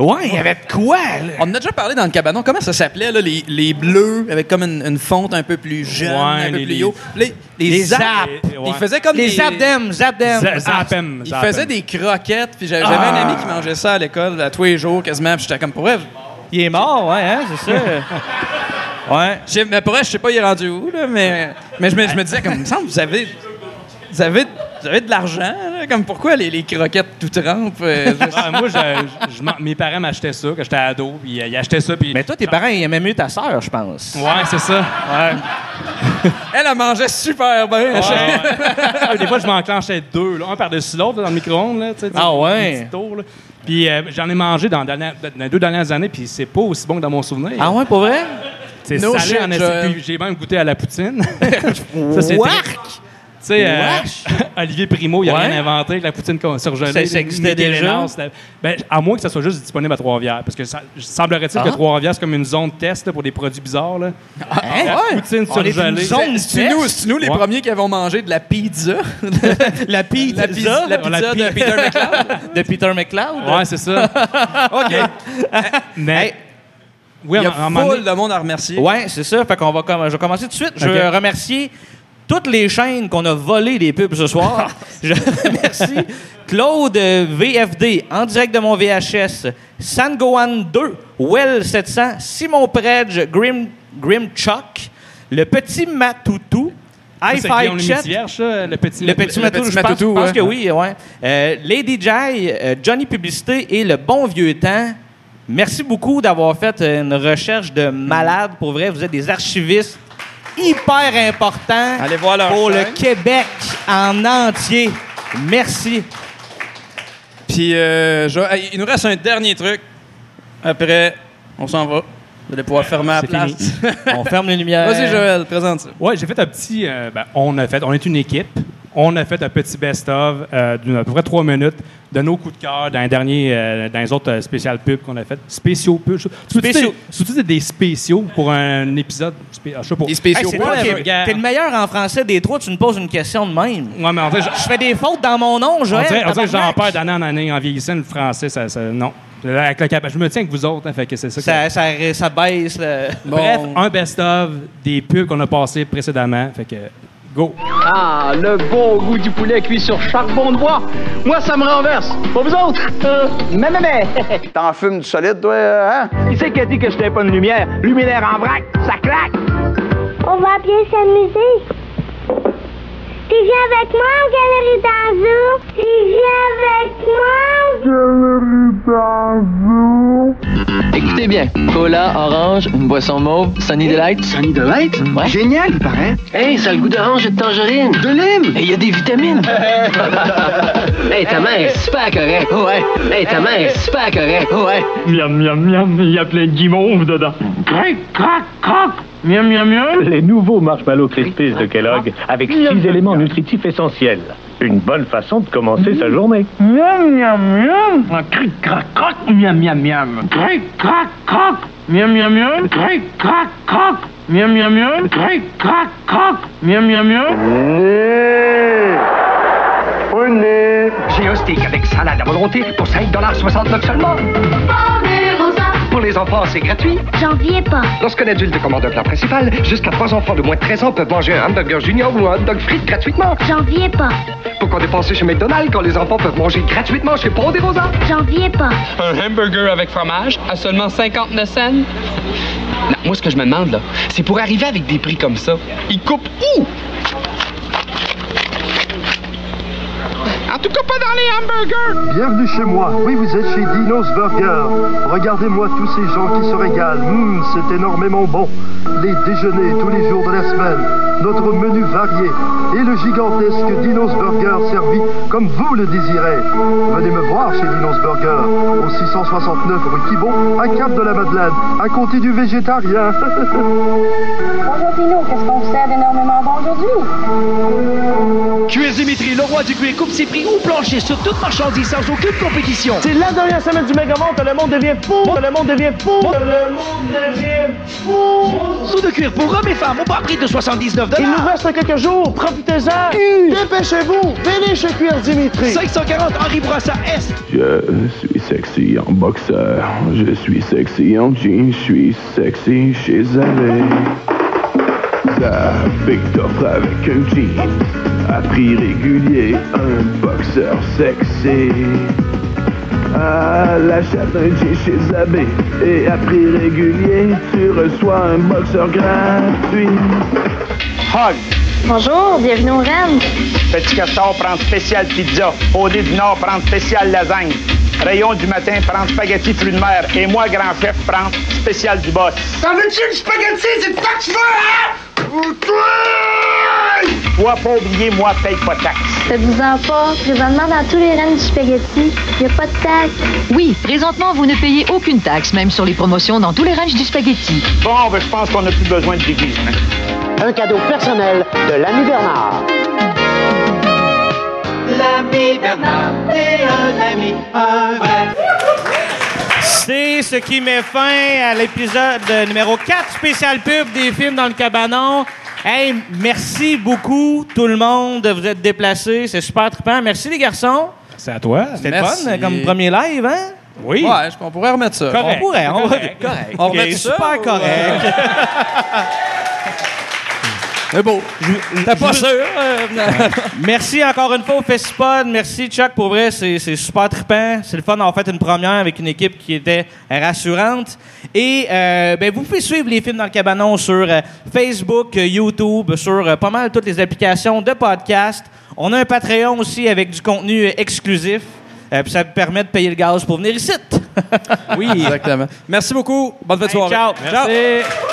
Ouais, il y avait de quoi, là?
On en a déjà parlé dans le cabanon. Comment ça s'appelait, là, les, les bleus, avec comme une, une fonte un peu plus jeune, un peu
les-
plus haut? Les, les,
les
zaps.
zaps.
Ils faisaient comme
Les
des...
zapdem, zapdem. Ah, Za- zapem,
Ils
zapem.
faisaient des croquettes, puis j'avais j'avais
Ah.
un ami qui mangeait ça à l'école, à tous les jours, quasiment, puis j'étais comme, pour vrai...
Il est mort, ouais, hein, c'est ça. ouais.
mais pour vrai, je sais pas, il est rendu où, là, mais, mais je, me, je me disais, comme, il me semble, vous avez... Vous avez, vous avez de l'argent, là, comme pourquoi les, les croquettes tout trempent? euh, je-
Ah, moi, je- je- je m'en- mes parents m'achetaient ça quand j'étais ado. puis euh, Ils, ils achetaient ça. Puis,
Mais toi, tes parents, ils aimaient mieux ta sœur, je pense.
Ouais, c'est ça. Ouais.
Elle, elle mangeait super bien.
Ouais, ouais. Des fois, je m'enclenchais deux, là, un par-dessus l'autre là, dans le micro-ondes. là, tu sais,
Ah
des-
ouais.
des petits tours, là. Puis euh, j'en ai mangé dans, la dernière- dans les deux dernières années, puis c'est pas aussi bon que dans mon souvenir.
Ah ouais, pour vrai?
C'est
No
salé
shit,
en
Joël.
esti. Puis J'ai même goûté à la poutine. ça, c'est
Wark!
très- Tu sais, euh, Olivier Primo, il a
Ouais.
rien inventé avec la poutine con- surgelée.
Ça- ça existait
Miguel
déjà?
Hénas, la- ben, à moins que ça soit juste disponible à Trois-Rivières. Parce que ça, semblerait-il que
Ah.
Trois-Rivières, c'est comme une zone test là, pour des produits bizarres. Là.
Hein?
La poutine
On est
surgelée.
une zone C'est nous, c'est nous les premiers qui avons mangé de la pizza.
la pizza?
La pizza,
La
de
pi-
Peter McLeod.
De Peter McLeod?
Ouais, c'est ça.
OK.
Mais. Oui,
Il y a
à un moment donné-
full
de monde à remercier.
Ouais, c'est ça. Fait qu'on va, comm- je vais commencer tout de suite. Je
Ok.
veux remercier toutes les chaînes qu'on a volées des pubs ce soir. je remercie Claude euh, VFD, en direct de mon VHS, San Gohan 2, Well 700, Simon Predge, Grim, Grim Chuck, le petit Matoutou,
Ça,
High
c'est
Five
Guillaume
Chat.
Lemaitre-Vierge, ça, le petit
Le petit matou, je pense, je pense que oui, ouais. Euh, Lady Jai, euh, Johnny Publicité et le bon vieux temps. Merci beaucoup d'avoir fait une recherche de malade. Pour vrai, vous êtes des archivistes hyper importants
Allez voir leur
pour
chaîne.
le Québec en entier. Merci.
Puis, euh, je- hey, il nous reste un dernier truc. Après, on s'en va. Vous allez pouvoir fermer la place. Euh,
On ferme les lumières.
Vas-y, Joël, présente ça.
Ouais, j'ai fait un petit. euh, ben, on a fait. On est une équipe. On a fait un petit best-of euh, d'une à peu près trois minutes de nos coups de cœur dans les derniers, euh, dans les autres euh, spéciales pubs qu'on a fait. Spéciaux pubs. je- Tu peux-tu
Spéciaux.
dire- tu peux-tu dire des spéciaux pour un épisode. spé- ah, je sais pas. Des
Hey, c'est toi qui t'es le meilleur en français des trois. Tu me poses une question de même.
Ouais, mais en fait, je-
je fais des fautes dans mon nom,
Ah. On
Joël.
dirait, on dirait que j'en
tabarnak.
perds d'année en année en vieillissant. Le français, ça. ça- non. Avec le cap- je me tiens avec vous autres, hein, fait que c'est ça.
ça,
que-
ça, ça baisse. le-
Bref, un best-of des pubs qu'on a passés précédemment. Fait que, go!
Ah, le bon goût du poulet cuit sur charbon de bois. Moi, ça me renverse. Pas vous autres? Euh, mais, mais, mais. T'en fumes du solide, toi, hein? Qui c'est qui a dit que je n'avais pas de lumière? Luminaire en vrac, ça claque.
On va bien s'amuser. Tu viens avec moi en galerie d'Anjou? Tu viens avec moi? Galerie d'Anjou?
Écoutez bien. Cola, orange, une boisson mauve, Sunny Delight. Eh, Mm, Sunny Delight? Génial, il paraît. Hey, ça a le goût d'orange et de tangerine. De lime. Et il y a des vitamines. hey, ta main est super correcte. Ouais. Hey, ta main est super correcte. Ouais.
Miam, miam, miam, il y a plein de guimauves dedans. Crac, crac, crac. Miam, miam, miam.
Les nouveaux marshmallows crispies de Kellogg avec six éléments nutritifs essentiels. Une bonne façon de commencer sa journée.
Miam, miam, miam. Ah, Cric, crac, crac. Miam, miam, miam. Cric, crac, crac. Miam, miam, miam. Cric, crac, crac. Miam, miam, miam. Cric, crac, crac. Miam, miam, miam.
J'ai un steak avec salade à volonté pour 5,69 seulement. Pour les enfants, c'est gratuit.
J'en viens pas.
Lorsqu'un adulte commande un plat principal, jusqu'à trois enfants de moins de 13 ans peuvent manger un hamburger junior ou un hot dog frites gratuitement.
J'en viens pas.
Pourquoi dépenser chez McDonald's quand les enfants peuvent manger gratuitement chez Pont des Rosas?
J'en viens pas.
Un hamburger avec fromage à seulement 59 cents? Non, moi, ce que je me demande, là, c'est pour arriver avec des prix comme ça, ils coupent où? En tout cas, pas dans les hamburgers!
Bienvenue chez moi. Oui, vous êtes chez Dino's Burger. Regardez-moi tous ces gens qui se régalent. Hum, c'est énormément bon. Les déjeuners tous les jours de la semaine. Notre menu varié. Et le gigantesque Dino's Burger servi comme vous le désirez. Venez me voir chez Dino's Burger. Au 669 rue Thibon, à Cap de la Madeleine. À côté du végétarien.
Bonjour Pino, qu'est-ce qu'on sert d'énormément bon aujourd'hui?
Cuisimétrie, le roi du cuir coupe ses prix ou plancher sur toute marchandise sans aucune compétition.
C'est la dernière semaine du méga-vente, le monde devient fou, le monde devient fou, le monde devient fou.
Sous de cuir pour hommes et femmes au bas prix de 79,99
9 Il nous reste quelques jours, profitez-en. Dépêchez-vous, venez chez Cuir Dimitri. 540 Henri Brossard Est.
Je suis sexy en boxeur, je suis sexy en jean, je suis sexy chez avec Avec d'offre avec un jean, à prix régulier, un boxeur sexy. À l'achat d'un jean chez Zabé et à prix régulier, tu reçois un boxeur gratuit.
Hog. Bonjour, bienvenue au REM. Petit Castor prend spécial pizza. Odé du Nord prend spécial lasagne. Rayon du matin prend spaghetti fruits de mer. Et moi, grand chef, prend spécial du boss.
T'en veux-tu du spaghetti? C'est toi que tu veux, hein? Ou toi?
Toi, pas oublier, moi, paye pas de taxe.
Faites-vous-en pas. Présentement, dans tous les rangs du spaghetti, il n'y a pas de taxe.
Oui, présentement, vous ne payez aucune taxe, même sur les promotions dans tous les ranges du spaghetti.
Bon, ben, je pense qu'on n'a plus besoin de déguisement.
Un cadeau personnel de l'ami Bernard.
L'ami Bernard, t'es un ami, un vrai.
C'est ce qui met fin à l'épisode numéro 4 spécial pub des films dans le cabanon. Hey, merci beaucoup tout le monde de vous être déplacés. C'est super trippant. Merci les garçons.
C'est à toi.
C'était le
Merci.
fun comme premier live, hein?
Oui.
Ouais, je- on pourrait remettre ça.
Correct. On pourrait, on
Correct.
va- correct.
On
Ok,
remet ça.
super
ou-
correct.
Mais bon, t'es pas
je-
sûr. euh,
Merci encore une fois au Festipod. Merci, Chuck. Pour vrai, c'est c'est super trippant. C'est le fun d'avoir fait une première avec une équipe qui était rassurante. Et euh, ben, vous pouvez suivre les films dans le cabanon sur euh, Facebook, euh, YouTube, sur euh, pas mal toutes les applications de podcast. On a un Patreon aussi avec du contenu euh, exclusif. Euh, puis ça vous permet de payer le gaz pour venir ici.
oui. Exactement. Merci beaucoup. Bonne fête de soirée.
ciao.
Ciao.
Merci.